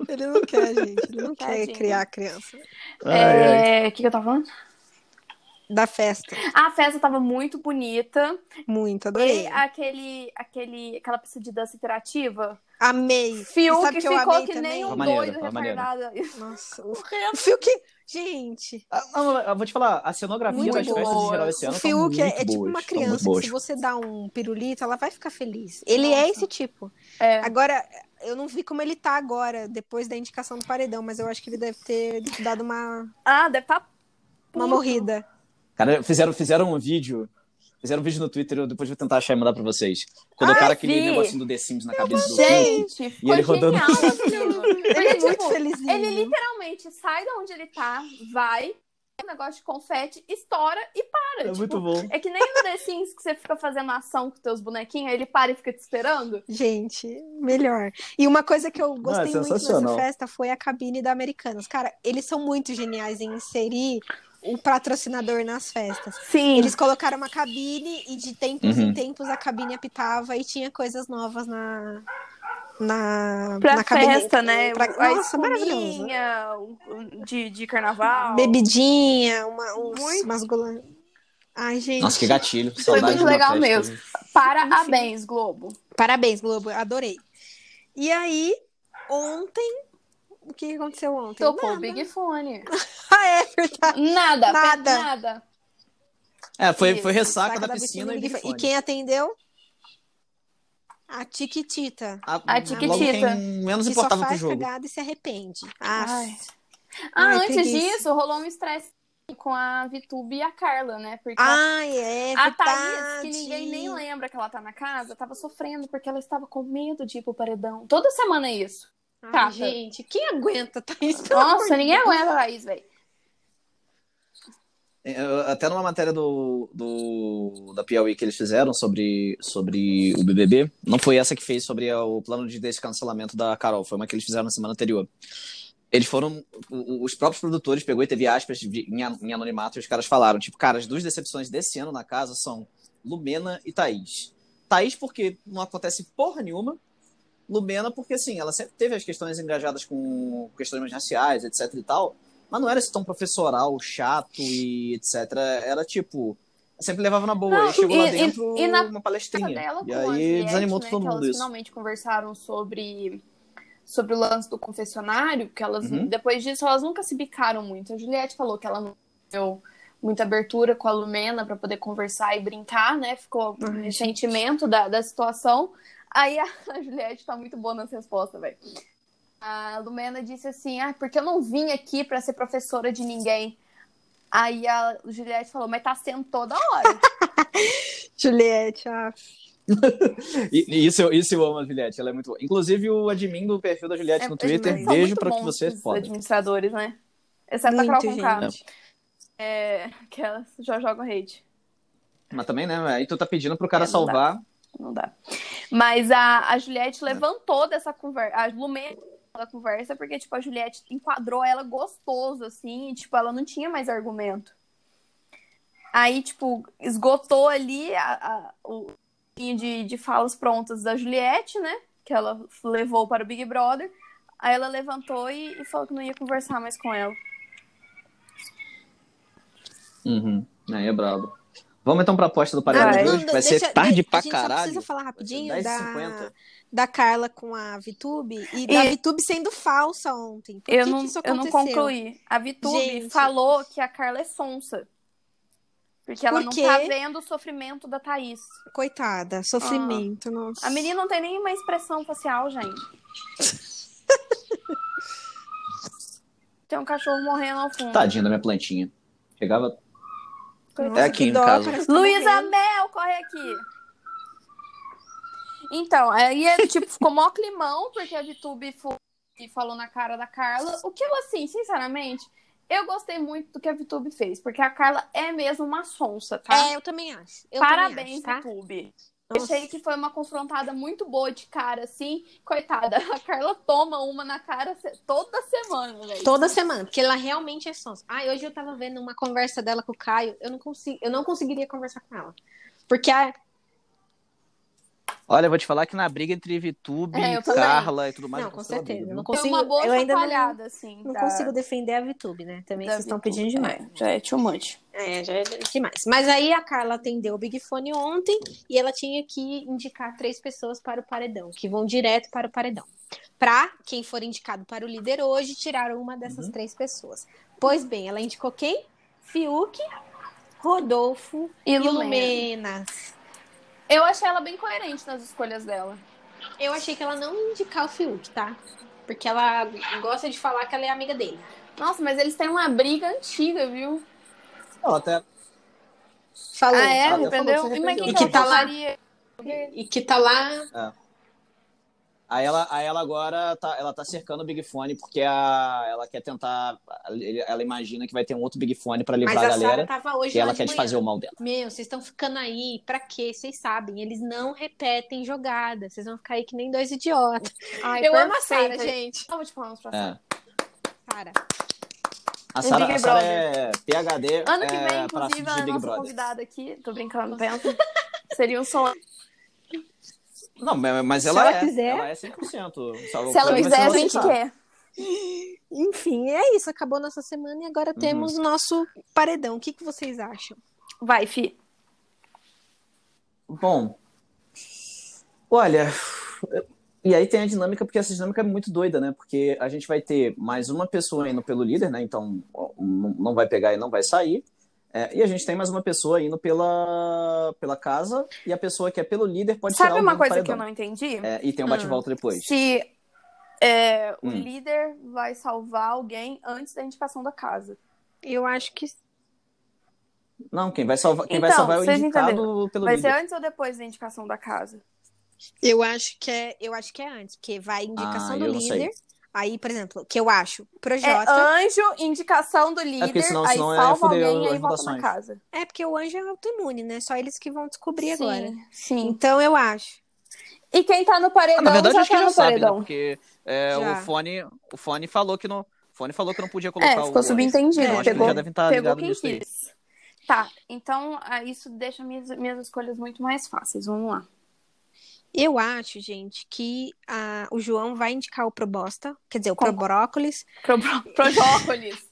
Ele não quer, gente. Ele não quer Tadinho. criar a criança. É, O que, que eu tava falando? Da festa. A festa tava muito bonita. Muito, E adorei. aquele, aquele, aquela pista de dança interativa. Amei. Fio E sabe que, que eu ficou amei que também? nem um Tá maneiro, doido tá maneiro. retardado. Nossa, o, o Fiuk. Gente, Ah, não, eu vou te falar, a cenografia Muito das festas em boa. geral esse o ano tá Fiuk é, muito é tipo boas, uma tá muito criança que boas. se você dá um pirulito, ela vai ficar feliz. Ele é Nossa. esse tipo. É. Agora, eu não vi como ele tá agora, depois da indicação do paredão, mas eu acho que ele deve ter dado uma, Ah, deve tá. uma Puto. morrida. Cara, fizeram, fizeram um vídeo. Fizeram um vídeo no Twitter, eu depois vou tentar achar e mandar pra vocês. Quando o Ah, cara vi. aquele negocinho do The Sims na cabeça do Fiuk. Gente, ficou E ele rodando. assim. genial assim, aquilo. Ele é Porque, muito tipo, felizinho. Ele literalmente sai de onde ele tá, vai, um negócio de confete, estoura e para. É tipo, muito bom. É que nem no The Sims que você fica fazendo ação com teus bonequinhos, aí ele para e fica te esperando. Gente, melhor. E uma coisa que eu gostei muito nessa é sensacional. festa foi a cabine da Americanas. Cara, eles são muito geniais em inserir o patrocinador nas festas. Sim. Eles colocaram uma cabine e de tempos em Uhum. tempos a cabine apitava e tinha coisas novas na na, Pra na cabine. festa, né? Pra... A Nossa, maravilhoso. espuminha o- de, de carnaval. Bebidinha, uma, uns, Muito. umas golan... Ai, gente. Nossa, que gatilho. Foi saudade muito de uma legal festa. mesmo. Parabéns, Globo. Parabéns, Globo, adorei. E aí, ontem. O que aconteceu ontem? Tocou o Nada. Big Fone. Ah, é verdade. Nada. Nada, nada. nada. É, foi, Isso, foi ressaca da, da piscina, do e Big Big Fone. Fone. E quem atendeu? A Tiquitita. A, Tiquitita. Ah, logo quem menos Que só importava pro faz jogo. cagada e se arrepende. Ah, Ai. Ah, Ai, antes preguiça. disso, rolou um estresse com a Vitube e a Carla, né? Porque a Ai, é A verdade. Thaís, que ninguém nem lembra que ela tá na casa, tava sofrendo porque ela estava com medo de ir pro paredão. Toda semana é isso. Ai, Tata. gente, quem aguenta, Thaís? Pelo amor Nossa, de ninguém Deus. aguenta a Thaís, velho. Eu- É, Até numa matéria do, do- da Piauí que eles fizeram sobre, sobre o BBB, não foi essa que fez sobre a- o plano de descancelamento da Carol, foi uma que eles fizeram na semana anterior. Eles foram, o- o- os próprios produtores pegou e teve aspas de- em, an- em anonimato e os caras falaram, tipo, cara, as duas decepções desse ano na casa são Lumena e Thaís. Thaís porque não acontece porra nenhuma, Lumena porque, assim, ela sempre teve as questões engajadas com questões mais raciais, etc e tal, mas não era esse tão professoral, chato e etc. Era tipo. Sempre levava na boa. Não, Ele chegou lá e- e- dentro e na uma Essa palestrinha. dela com E o Juliette, aí desanimou né, todo que mundo elas isso. finalmente conversaram sobre, sobre o lance do confessionário, que elas, Uhum. depois disso, elas nunca se bicaram muito. A Juliette falou que ela não deu muita abertura com a Lumena pra poder conversar e brincar, né? Ficou Ai, um gente. ressentimento da, da situação. Aí a a Juliette tá muito boa nas respostas, velho. A Lumena disse assim, ah, porque eu não vim aqui pra ser professora de ninguém. Aí a Juliette falou, mas tá sendo toda hora. Juliette, ah, E, e isso, eu- isso eu amo a Juliette, ela é muito boa. Inclusive o admin do perfil da Juliette É, no eles Twitter, são beijo muito pra que bons, você é os foda. administradores, né? Exceto a Carol muito, Conká. gente. É, que elas já jogam hate. Mas também, né? Aí tu tá pedindo pro cara É, não salvar. Não dá. Mas a, a Juliette É. levantou dessa conversa. A Lumena da conversa, porque, tipo, a Juliette enquadrou ela gostoso, assim, e, tipo, ela não tinha mais argumento. Aí, tipo, esgotou ali a, a- o linho de, de falas prontas da Juliette, né? Que ela levou para o Big Brother. Aí ela levantou e, e falou que não ia conversar mais com ela. Uhum. Aí é brabo. Vamos então pra aposta do paredão Ah, de é. hoje, que vai ser tarde pra A caralho. gente só precisa falar rapidinho Vai ser da, 10h50. da Carla com a Vitube e, da Vitube sendo falsa ontem. Por Eu, que não, que isso eu não aconteceu? concluí. A Vitube Gente. falou que a Carla é sonsa. Porque ela Por não quê? tá vendo o sofrimento da Thaís. Ah. Coitada, sofrimento, nossa. A menina não tem nenhuma expressão facial, gente. tem um cachorro morrendo ao fundo. Tadinha da minha plantinha. Chegava. Nossa, Tá, é aqui que em dó, casa. parece que tá Luísa morrendo. Mel, corre aqui! Então, aí, é, tipo, ficou mó climão, porque a Vitube foi e falou na cara da Carla. O que eu, assim, sinceramente, Eu gostei muito do que a VTube fez, porque a Carla é mesmo uma sonsa, tá? É, eu também acho. Eu Parabéns, também acho, tá? VTube. Nossa. Achei que foi uma confrontada muito boa de cara, assim. Coitada, a Carla toma uma na cara se- toda semana, velho. Toda semana, porque ela realmente é sonsa. Ai, hoje eu tava vendo uma conversa dela com o Caio, eu não consigo, eu não conseguiria conversar com ela. Porque a, Olha, eu vou te falar que na briga entre Vitube, É, eu também. Carla e tudo mais. não, eu com cancelo a certeza, briga, eu não viu? Foi consigo. uma boa eu ainda não, chacoalhada, assim. não da- consigo defender a VTube, né? Também da vocês estão VTube. pedindo demais. É, já é too much. É, já é demais. Mas aí a Carla atendeu o Big Fone ontem e ela tinha que indicar três pessoas para o paredão, que vão direto para o paredão. Para quem for indicado para o líder hoje, tirar uma dessas Uhum. três pessoas. Pois bem, ela indicou quem? Fiuk, Rodolfo E e Lumena. Lumenas. Eu achei ela bem coerente nas escolhas dela. Eu achei que ela não ia indicar o Fiuk, tá? Porque ela gosta de falar que ela é amiga dele. Nossa, mas eles têm uma briga antiga, viu? Ela até Falou. Ah, é? Ela falou que se Entendeu? E mas arrependeu. quem E que que tá ela lá- votaria? E que tá lá Aí ela, aí ela agora tá, ela tá cercando o Big Fone porque a, ela quer tentar. Ela imagina que vai ter um outro Big Fone pra Mas livrar a a galera. Sara tava hoje E lá ela de quer manhã. desfazer o mal dela. Meu, vocês estão ficando aí, pra quê? Vocês sabem, eles não repetem jogada. Vocês vão ficar aí que nem dois idiotas. Ai, eu amo a perfeita. Sara, gente. Eu vou te falar uns pra Sara. É. Sara. A No Sara Big a Sara Brother. é PHD. Ano que vem, é, pra inclusive, assistir ela é Big nossa Brother. convidada aqui. Tô brincando, pensa. Seria um sonho. Não, mas mas Se ela, ela é. quiser. Ela é 100%. Só- Se ela vai ser quiser, a você, gente Sara. quer. Enfim, é isso. Acabou nossa semana e Uhum. agora temos o nosso paredão. O que, que vocês acham? Vai, Fi. Bom. Olha. E aí tem a dinâmica, porque essa dinâmica é muito doida, né? Porque a gente vai ter mais uma pessoa indo pelo líder, né? Então ó, não não vai pegar e não vai sair. É, e a gente tem mais uma pessoa indo pela, pela casa, e a pessoa que é pelo líder pode tirar Sabe alguém uma do coisa que paredão. eu não Hum. entendi? É, e tem um bate-volta depois. Se é, o Hum. líder vai salvar alguém antes da indicação da casa. Eu acho que. Não, quem vai salvar, quem vai Então, salvar é o vocês indicado pelo Vai ser líder. antes ou depois da indicação da casa? Eu acho que é, eu acho que é antes, porque vai indicação Ah, do eu não sei. líder. Aí, por exemplo, que eu acho, É Projota. anjo, indicação do líder, senão- aí senão é salva fudeu alguém e aí as volta na votações. casa. É, porque o anjo é autoimune, né? Só eles que vão descobrir agora. sim. Então eu acho. E quem tá no paredão Ah, na verdade, já acho que tá já no sabe, né? paredão. Porque é, Já. o, fone, o fone falou que não. o Fone falou que não podia colocar É, o. ficou subentendido. Então, acho que eles pegou já devem estar pegou ligados quem nisso aí. quis. Tá, então ah, isso deixa minhas, minhas escolhas muito mais fáceis. Vamos lá. Eu acho, gente, que ah, o João vai indicar o Probosta, quer dizer, o Concordo. Probrócolis. Pro, pro, projócolis.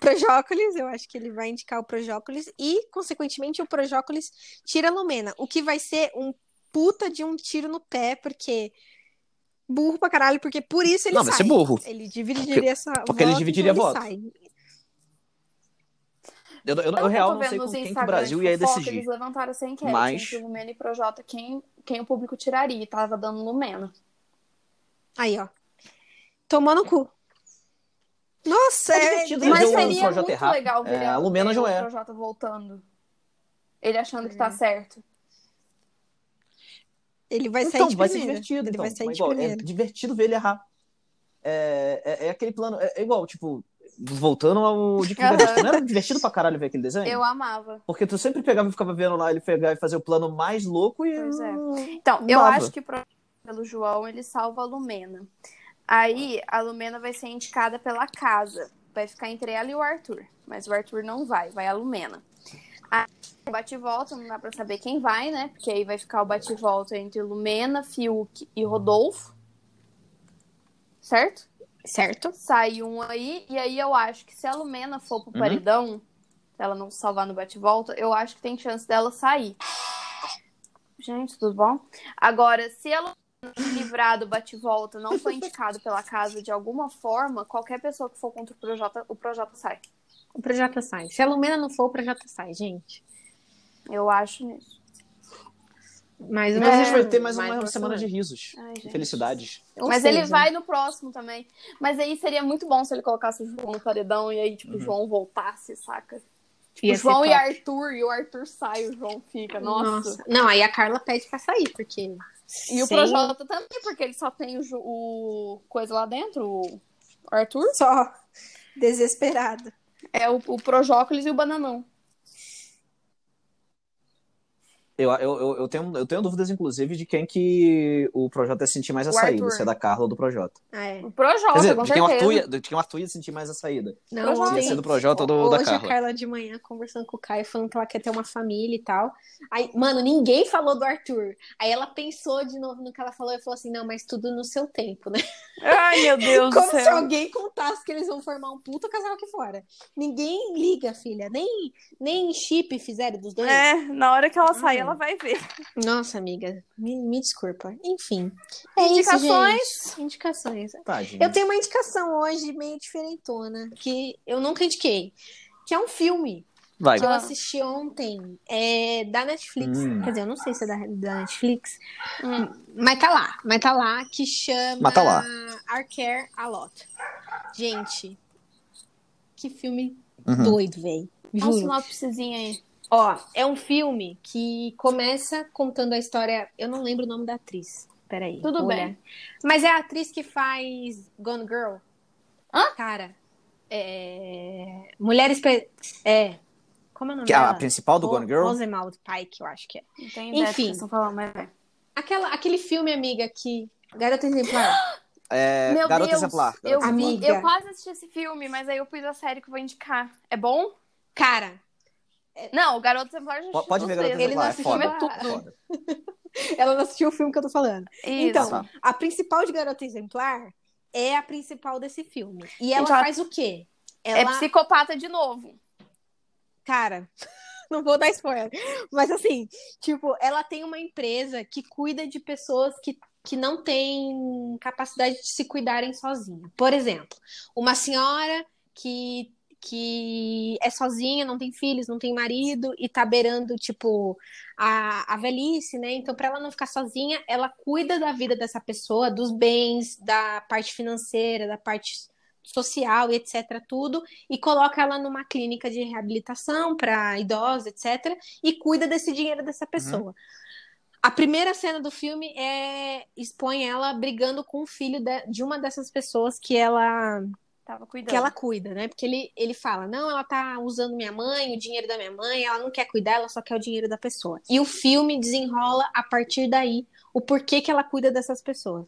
Projócolis, eu acho que ele vai indicar o Projócolis e, consequentemente, o Projócolis tira a Lumena, o que vai ser um puta de um tiro no pé, porque burro pra caralho, porque por isso ele Não, sai. vai ser burro. Ele dividiria essa porque ele voto, dividiria então voto. sai. Eu, eu, eu, Pelo que real tô não sei vendo com nos quem que o Instagrams Brasil de ia fofoca, decidir. Eles levantaram essa enquete Mas- entre Lumena e Projota, quem, quem o público tiraria. E tava dando Lumena. Aí, ó. Tomou no cu. Nossa, É é... divertido, Ele Mas deu um seria Projota muito errado. legal ver É, a Lumena ver já o é. Projota voltando. Ele achando que tá certo. ele vai sair Então, de vai ser primeira. divertido. Ele então. vai sair Mas, de igual, é primeira. divertido ver ele errar. É, é, é aquele plano. É, é igual, tipo, voltando ao de que Aham. não era divertido pra caralho ver aquele desenho? Eu amava. Porque tu sempre pegava e ficava vendo lá ele pegar e fazer o plano mais louco e. Pois é. Então, eu Bava. acho que pro- pelo João ele salva a Lumena. Aí a Lumena vai ser indicada pela casa. Vai ficar entre ela e o Arthur. Mas o Arthur não vai, vai a Lumena. Aí bate e volta, não dá pra saber quem vai, né? Porque aí vai ficar o bate e volta entre Lumena, Fiuk e Rodolfo. Certo? Certo? Sai um aí. E aí eu acho que se a Lumena for pro Uhum. paredão, se ela não se salvar no bate e volta, eu acho que tem chance dela sair. Gente, tudo bom? Agora, se ela se livrar do bate-volta não foi indicado pela casa de alguma forma, qualquer pessoa que for contra o Projota, o Projota sai. O projeto sai. Se a Lumena não for, o projeto sai, gente. Eu acho mesmo. Mais Então uma a gente vai ter mais, é É, mais uma uma semana de risos. Ai, gente. Felicidades. Ou Mas seja, ele vai no próximo também. Mas aí seria muito bom se ele colocasse o João no paredão e aí, tipo, o Uhum. João voltasse, saca? ia o ser João e top. Arthur, e o Arthur sai, o João fica. Nossa. Não, aí a Carla pede pra sair, porque. E o sem- Projota também, porque ele só tem o, Ju- o coisa lá dentro, o Arthur. Só desesperado. É o, o Projócolis e o Bananão. Eu, eu, eu, eu tenho, eu tenho dúvidas, inclusive, de quem que o Projota ia sentir mais a O saída, Arthur. se é da Carla ou do Projota. Ah, é. Quer O Projota, dizer, com de quem, o Arthur certeza. ia, de quem o Arthur ia sentir mais a saída. Não, Projota. Se ia ontem- ser do Projota ou do, Hoje da Carla. a Carla de manhã conversando com o Caio, falando que ela quer ter uma família e tal. Aí, mano, ninguém falou do Arthur. Aí ela pensou de novo no que ela falou e falou assim: não, mas tudo no seu tempo, né? Ai, meu Deus Como se alguém contasse que eles vão formar um puto casal aqui fora. Ninguém liga, filha. Nem, nem chip fizeram dos dois. É, na hora que ela sair, ela vai ver. Nossa, amiga, me, me desculpa. Enfim. É Indicações? isso, gente. Indicações. Tadinho. Eu tenho uma indicação hoje meio diferentona, que eu nunca indiquei. Que é um filme Vai, que eu Ah. assisti ontem é da Netflix. Hum. Quer dizer, eu não sei se é da, da Netflix. Hum. Mas tá lá, mas tá lá, que chama Mas tá lá. Our Care A Lot. Gente, que filme Uhum. doido, velho. Dá um sinopsezinho aí. Ó, é um filme que começa contando a história. Eu não lembro o nome da atriz. Peraí. Tudo vou bem. olhar. Mas é a atriz que faz Gone Girl. Hã? Cara. É... Mulheres. Pe... É. Como é o nome Que é dela? a principal do Gone Girl? Rosemald Pike, eu acho que é. Não tenho ideia Enfim. do que vocês estão falando, mas vai. Aquela, aquele filme, amiga, que. Garota Exemplar. É, Meu Garota Deus, Exemplar. Eu, Garota Exemplar. Amiga. eu quase assisti esse filme, mas aí eu pus a série que eu vou indicar. É bom? Cara, Não, o Garoto Exemplar já Po- Pode ver Garota Garoto Ele Exemplar, não é assistiu foda. nada. é foda. ela não assistiu o filme que eu tô falando. Então, Tá. a principal de Garota Exemplar é a principal desse filme. E ela Então, faz o quê? Ela... é psicopata de novo. cara, não vou dar spoiler, mas assim, tipo, ela tem uma empresa que cuida de pessoas que, que não têm capacidade de se cuidarem sozinha. Por exemplo, uma senhora que que é sozinha, não tem filhos, não tem marido e tá beirando, tipo, a, a velhice, né? Então, pra ela não ficar sozinha, ela cuida da vida dessa pessoa, dos bens, da parte financeira, da parte social e etc, tudo, e coloca ela numa clínica de reabilitação para idosos, etc, e cuida desse dinheiro dessa pessoa. A primeira cena do filme é expõe ela brigando com o filho de- de uma dessas pessoas que ela Tava cuidando. que ela cuida, né? Porque ele, ele fala: não, ela tá usando minha mãe, o dinheiro da minha mãe, ela não quer cuidar, ela só quer o dinheiro da pessoa. E o filme desenrola a partir daí o porquê que ela cuida dessas pessoas.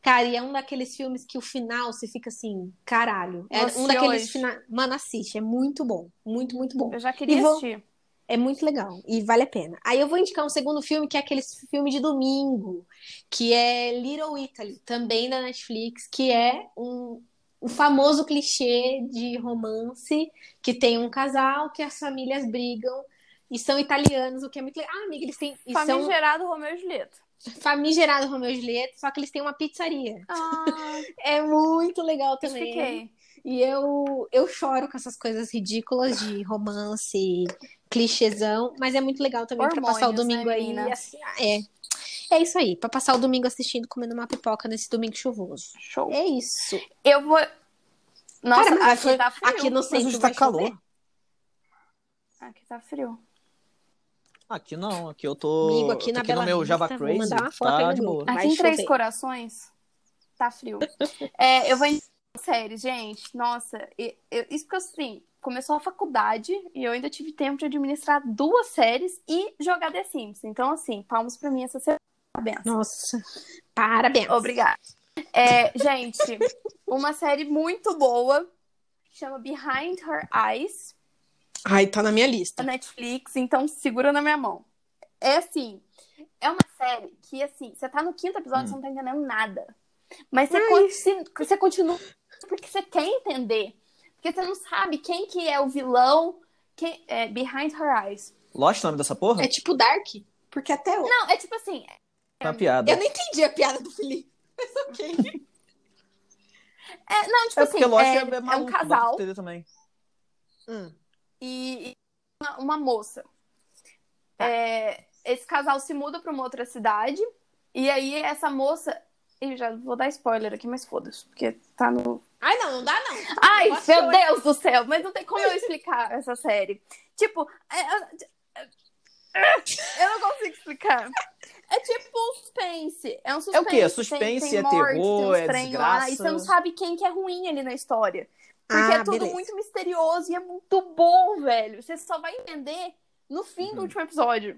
Cara, e é um daqueles filmes que o final você fica assim, caralho. É Nossa, um daqueles hoje. finais. Mano, assiste, é muito bom. Muito, muito bom. Eu já queria E vou- assistir. É muito legal e vale a pena. Aí eu vou indicar um segundo filme que é aquele filme de domingo, que é Little Italy, também da Netflix, que é um, o famoso clichê de romance que tem um casal que as famílias brigam e são italianos, o que é muito legal. Ah, amiga, eles têm e são Famigerado Romeu e Julieta. famigerado Romeu e Julieta, só que eles têm uma pizzaria. Ah, É muito legal também. fiquei. E eu, eu choro com essas coisas ridículas de romance, clichêzão, mas é muito legal também pra Hormônios, passar o domingo né, aí. menina? assim, é. É isso aí, pra passar o domingo assistindo, comendo uma pipoca nesse domingo chuvoso. Show. É isso. Eu vou... Nossa, Cara, mas aqui tá frio. Aqui no Mas centro hoje vai tá chover. calor. Aqui tá frio. Aqui não, aqui eu tô. Amigo, aqui eu tô na aqui Bela no meu Vista, Java vou Crazy. mandar uma foto aí tá no de grupo. boa. Vai Aqui em Três chover. Corações tá frio. É, eu vou em série, gente. Nossa, e- eu- isso porque assim, começou a faculdade e eu ainda tive tempo de administrar duas séries e jogar The Sims. Então, assim, palmas pra mim essa semana. Parabéns. Nossa. Parabéns. Obrigada. É, gente, uma série muito boa. Chama Behind Her Eyes. Ai, tá na minha da lista. Netflix, então segura na minha mão. É assim, é uma série que, assim, você tá no quinto episódio, Hum. você não tá entendendo nada. Mas você, Ai. con- se- você continua porque você quer entender. Porque você não sabe quem que é o vilão quem, é, Behind Her Eyes. Lost o nome dessa porra? É tipo Dark, porque até hoje. Não, é tipo assim, É uma piada. Eu nem entendi a piada do Felipe. Mas ok. é, não, tipo É assim, porque Lost é, é, é um maluco, dá pra casal entender também. Hum. e e uma, uma moça. Tá. É, esse casal se muda pra uma outra cidade e aí essa moça... Eu já vou dar spoiler aqui, mas foda-se, porque tá no Ai, não, não dá não. Ai, Nossa, meu eu- Deus do céu, mas não tem como eu explicar essa série. Tipo, é- é- é- eu não consigo explicar. É tipo um suspense. É um suspense. É o quê? É tem- suspense, tem é morte, terror, tem uns é trem lá, desgraça. E você não sabe quem que é ruim ali na história. Porque Ah, é tudo beleza. muito misterioso e é muito bom, velho. Você só vai entender no fim do Uhum. último episódio.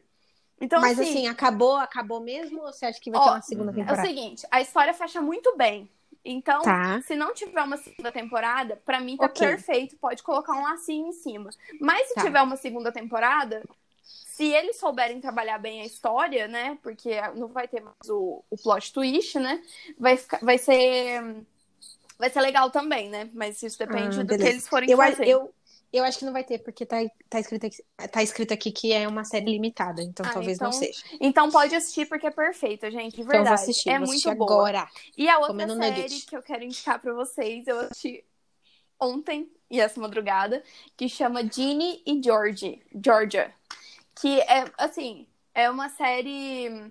Então, Mas assim, assim, acabou, acabou mesmo? Ou você acha que vai Ó, ter uma segunda uhum. é é o temporada? seguinte, a história fecha muito bem. Então, Tá. se não tiver uma segunda temporada, pra mim tá Ok. perfeito, pode colocar um lacinho em cima. Mas se Tá. tiver uma segunda temporada, se eles souberem trabalhar bem a história, né? Porque não vai ter mais o, o plot twist, né? Vai, ficar, vai ser. Vai ser legal também, né? Mas isso depende Ah, do que beleza. eles forem Eu, a- fazer. eu, eu acho que não vai ter, porque tá, tá, escrito aqui, tá escrito aqui que é uma série limitada, então Ah, talvez não então, seja. Então pode assistir porque é perfeito, gente. De então verdade. eu vou assistir, é vou muito assistir boa. agora. E a outra Comendo série nugget. que eu quero indicar pra vocês, eu assisti ontem e essa madrugada, que chama Ginny e Georgie, Georgia. Que é, assim, é uma série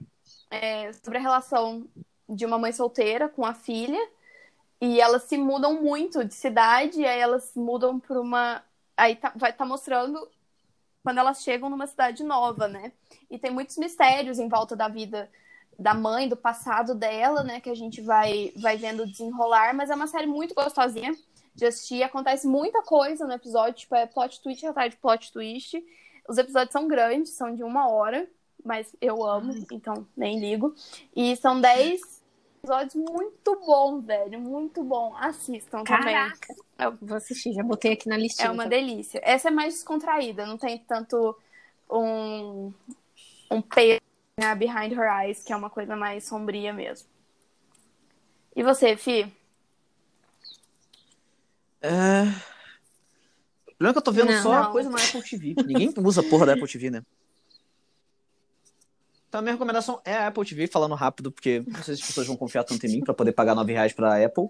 é, sobre a relação de uma mãe solteira com a filha. E elas se mudam muito de cidade, e aí elas mudam pra uma. Aí tá- vai estar mostrando quando elas chegam numa cidade nova, né? E tem muitos mistérios em volta da vida da mãe, do passado dela, né? Que a gente vai, vai vendo desenrolar, mas é uma série muito gostosinha de assistir. Acontece muita coisa no episódio, tipo, é plot twist atrás de plot twist. Os episódios são grandes, são de uma hora, mas eu amo, então nem ligo. E são dez episódios muito bom, velho, muito bom. Assistam também. Caraca! Eu vou assistir, já botei aqui na listinha. É uma então. delícia. Essa é mais descontraída, não tem tanto um, um peso né, behind her eyes, que é uma coisa mais sombria mesmo. E você, Fi? É... O problema é que eu tô vendo Não. só Não. coisa na Apple TV. Ninguém usa a porra da Apple TV, né? Então, a minha recomendação é a Apple TV, falando rápido, porque não sei se as pessoas vão confiar tanto em mim pra poder pagar 9 reais pra Apple.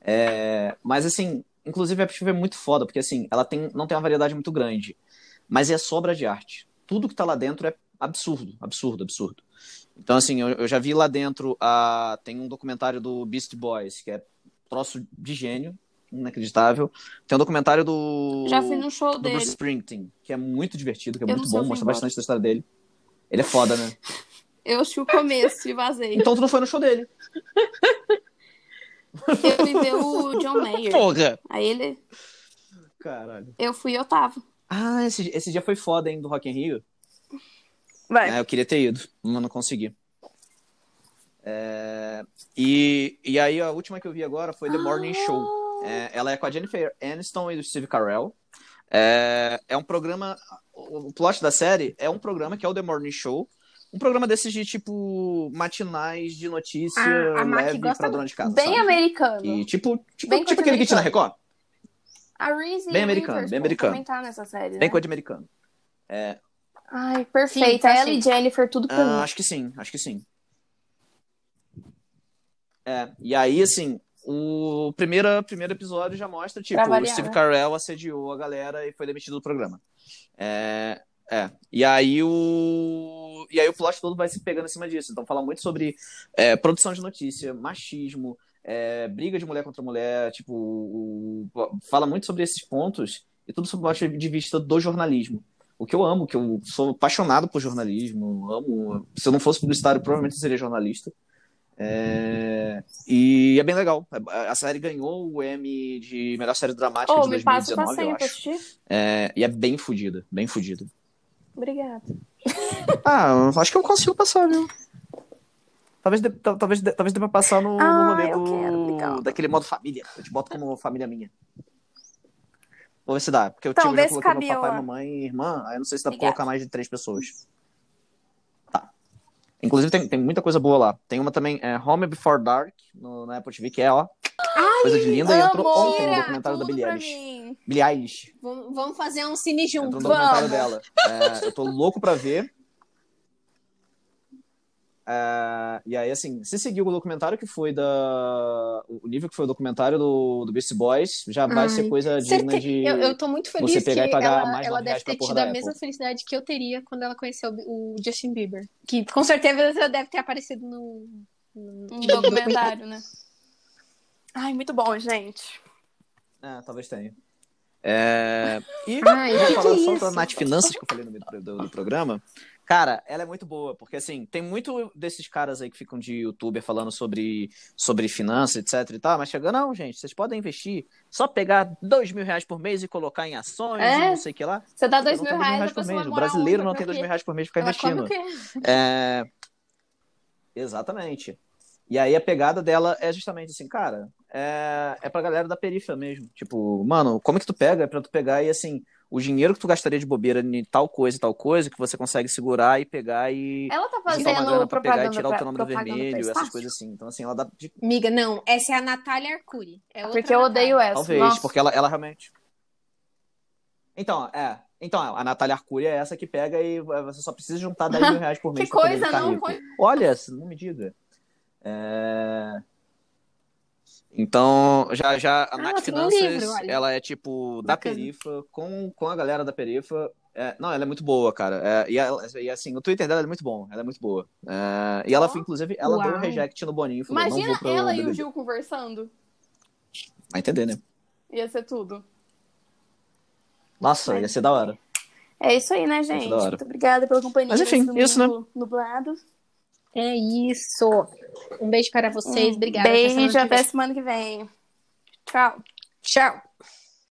É, Mas, assim, inclusive a Apple TV é muito foda, porque, assim, ela tem... não tem uma variedade muito grande, mas é só obra de arte. Tudo que tá lá dentro é absurdo, absurdo, absurdo. Então, assim, eu, eu já vi lá dentro, a... tem um documentário do Beast Boys, que é troço de gênio, inacreditável. Tem um documentário do Já fui no show do Bruce dele. Springsteen, que é muito divertido, que é Eu não muito sei bom, ouvir mostra voz. bastante da história dele. Ele é foda, né? Eu assisti o começo e vazei. Então tu não foi no show dele. Eu fui ver o John Mayer. Porra! Aí ele. Caralho. Eu fui e eu tava. Ah, esse, esse dia foi foda, hein, do Rock in Rio. Vai. É, eu queria ter ido, mas não consegui. É, E, e aí a última que eu vi agora foi The Morning Show. É, ela é com a Jennifer Aniston e o Steve Carell. É, é um programa. O o plot da série é um programa que é o The Morning Show. Um programa desses de tipo matinais de notícia Ah, a Mac leve gosta pra dona de casa. Bem sabe? americano. Que, tipo tipo, Bem tipo coisa aquele que tinha na Record. A Reese Bem americano, bem Witherspoon americano. também tá nessa série. Bem né? coisa de americano. Ai, Sim, perfeita. tá Ela sim. e Jennifer, tudo um. pra Ah, mim. acho que sim, acho que sim. É, e aí, assim, o primeiro, primeiro episódio já mostra, tipo, Pra o variar, Steve né? Carell assediou a galera e foi demitido do programa. É, é. E aí o. E aí o plot todo vai se pegando em cima disso. Então fala muito sobre é, produção de notícia, machismo, é, briga de mulher contra mulher, tipo, o- o- fala muito sobre esses pontos e tudo sob o ponto de vista do jornalismo. O que eu amo, que eu sou apaixonado por jornalismo, amo. Se eu não fosse publicitário, provavelmente eu seria jornalista. É, E é bem legal. A série ganhou o Emmy de melhor série dramática Ô, de me passa tua 2019, eu senha pra acho. assistir? É, E é bem fodida, bem fodida. Obrigada. Ah, eu acho que eu consigo passar, viu? Talvez dê, tal- talvez dê- talvez dê pra passar no, no Ah, rolê eu quero, do, obrigada. daquele modo família. Eu te boto como família minha. Vou ver se dá, porque eu Então, tive já vê se coloquei meu cabia papai, lá. mamãe e irmã, aí eu não sei se dá pra Obrigada. colocar mais de três pessoas. Tá. Inclusive tem, tem muita coisa boa lá. Tem uma também, é Home Before Dark, no, na Apple TV, que é, ó, coisa de linda, e entrou amor! ontem no Tira documentário da tudo Billie pra Eilish. mim. Billie Eilish. Vamos, vamos fazer um cine Entrou junto. no documentário Vamos. dela. É, eu tô louco pra ver. É, e aí, assim, se seguir o documentário que foi da. O nível que foi o documentário do, do Beast Boys, já vai Ai, ser coisa digna Certe- de. Eu, eu tô muito feliz você pegar e que pagar ela, mais ela nove deve reais pra ter porra tido da a Apple. mesma felicidade que eu teria quando ela conheceu o o Justin Bieber. Que com certeza ela deve ter aparecido no. no- Um documentário, né? Ai, muito bom, gente. É, talvez tenha. É, E Ai, já que que falando é só isso? Ah, da Nath Finanças que eu falei no meio do, do- do programa, Cara, ela é muito boa, porque assim, tem muito desses caras aí que ficam de youtuber falando sobre, sobre finanças, etc e tal, mas chegando, não, gente, vocês podem investir, só pegar dois mil reais por mês e colocar em ações, É? e não sei o que lá. Você dá Elas dois não mil têm reais, a por pessoa mês. vai O morar brasileiro onde? não Vai tem dois comer mil o reais por mês pra quê? ficar investindo. Ela come o quê? É... Exatamente. E aí a pegada dela é justamente assim, cara, é, é pra galera da perifa mesmo. Tipo, mano, como é que tu pega? É pra tu pegar e assim, o dinheiro que tu gastaria de bobeira em tal coisa e tal coisa, que você consegue segurar e pegar e Ela tá juntar uma fazendo grana pra pegar e propaganda tirar o teu nome pra, do propaganda pra vermelho, essas estágio? coisas assim. Então, assim, ela dá. De... Amiga, não, essa é a Natália Arcuri. É outra Porque eu odeio Natália. essa. Talvez, tá Nossa. porque ela, ela realmente. Então, é. Então, a Natália Arcuri é essa que pega e você só precisa juntar 10 mil reais por Que mês. pra poder coisa, ficar não? rico. Olha, não me diga. É... Então, já, já a Ah, Nath ela tem um Finanças, livro, olha. ela é tipo da Bacana. perifa, com, com a galera da perifa. É, não, ela é muito boa, cara. É, e, ela- e, assim, o Twitter dela é muito bom, ela é muito boa. É, e ela, Ó. inclusive, ela deu Uau. um reject no Boninho, falou, não Imagina vou pro ela e BBB. o Gil conversando. Vai entender, né? Ia ser tudo. Nossa, Vai. ia ser da hora. É isso aí, né, Isso gente? da hora. Muito obrigada pela companhia. Mas, enfim, nesse isso, né? domingo Nublado. É isso. Um beijo para vocês. Um Obrigada. Beijo, semana que até vem. semana que vem. Tchau. Tchau.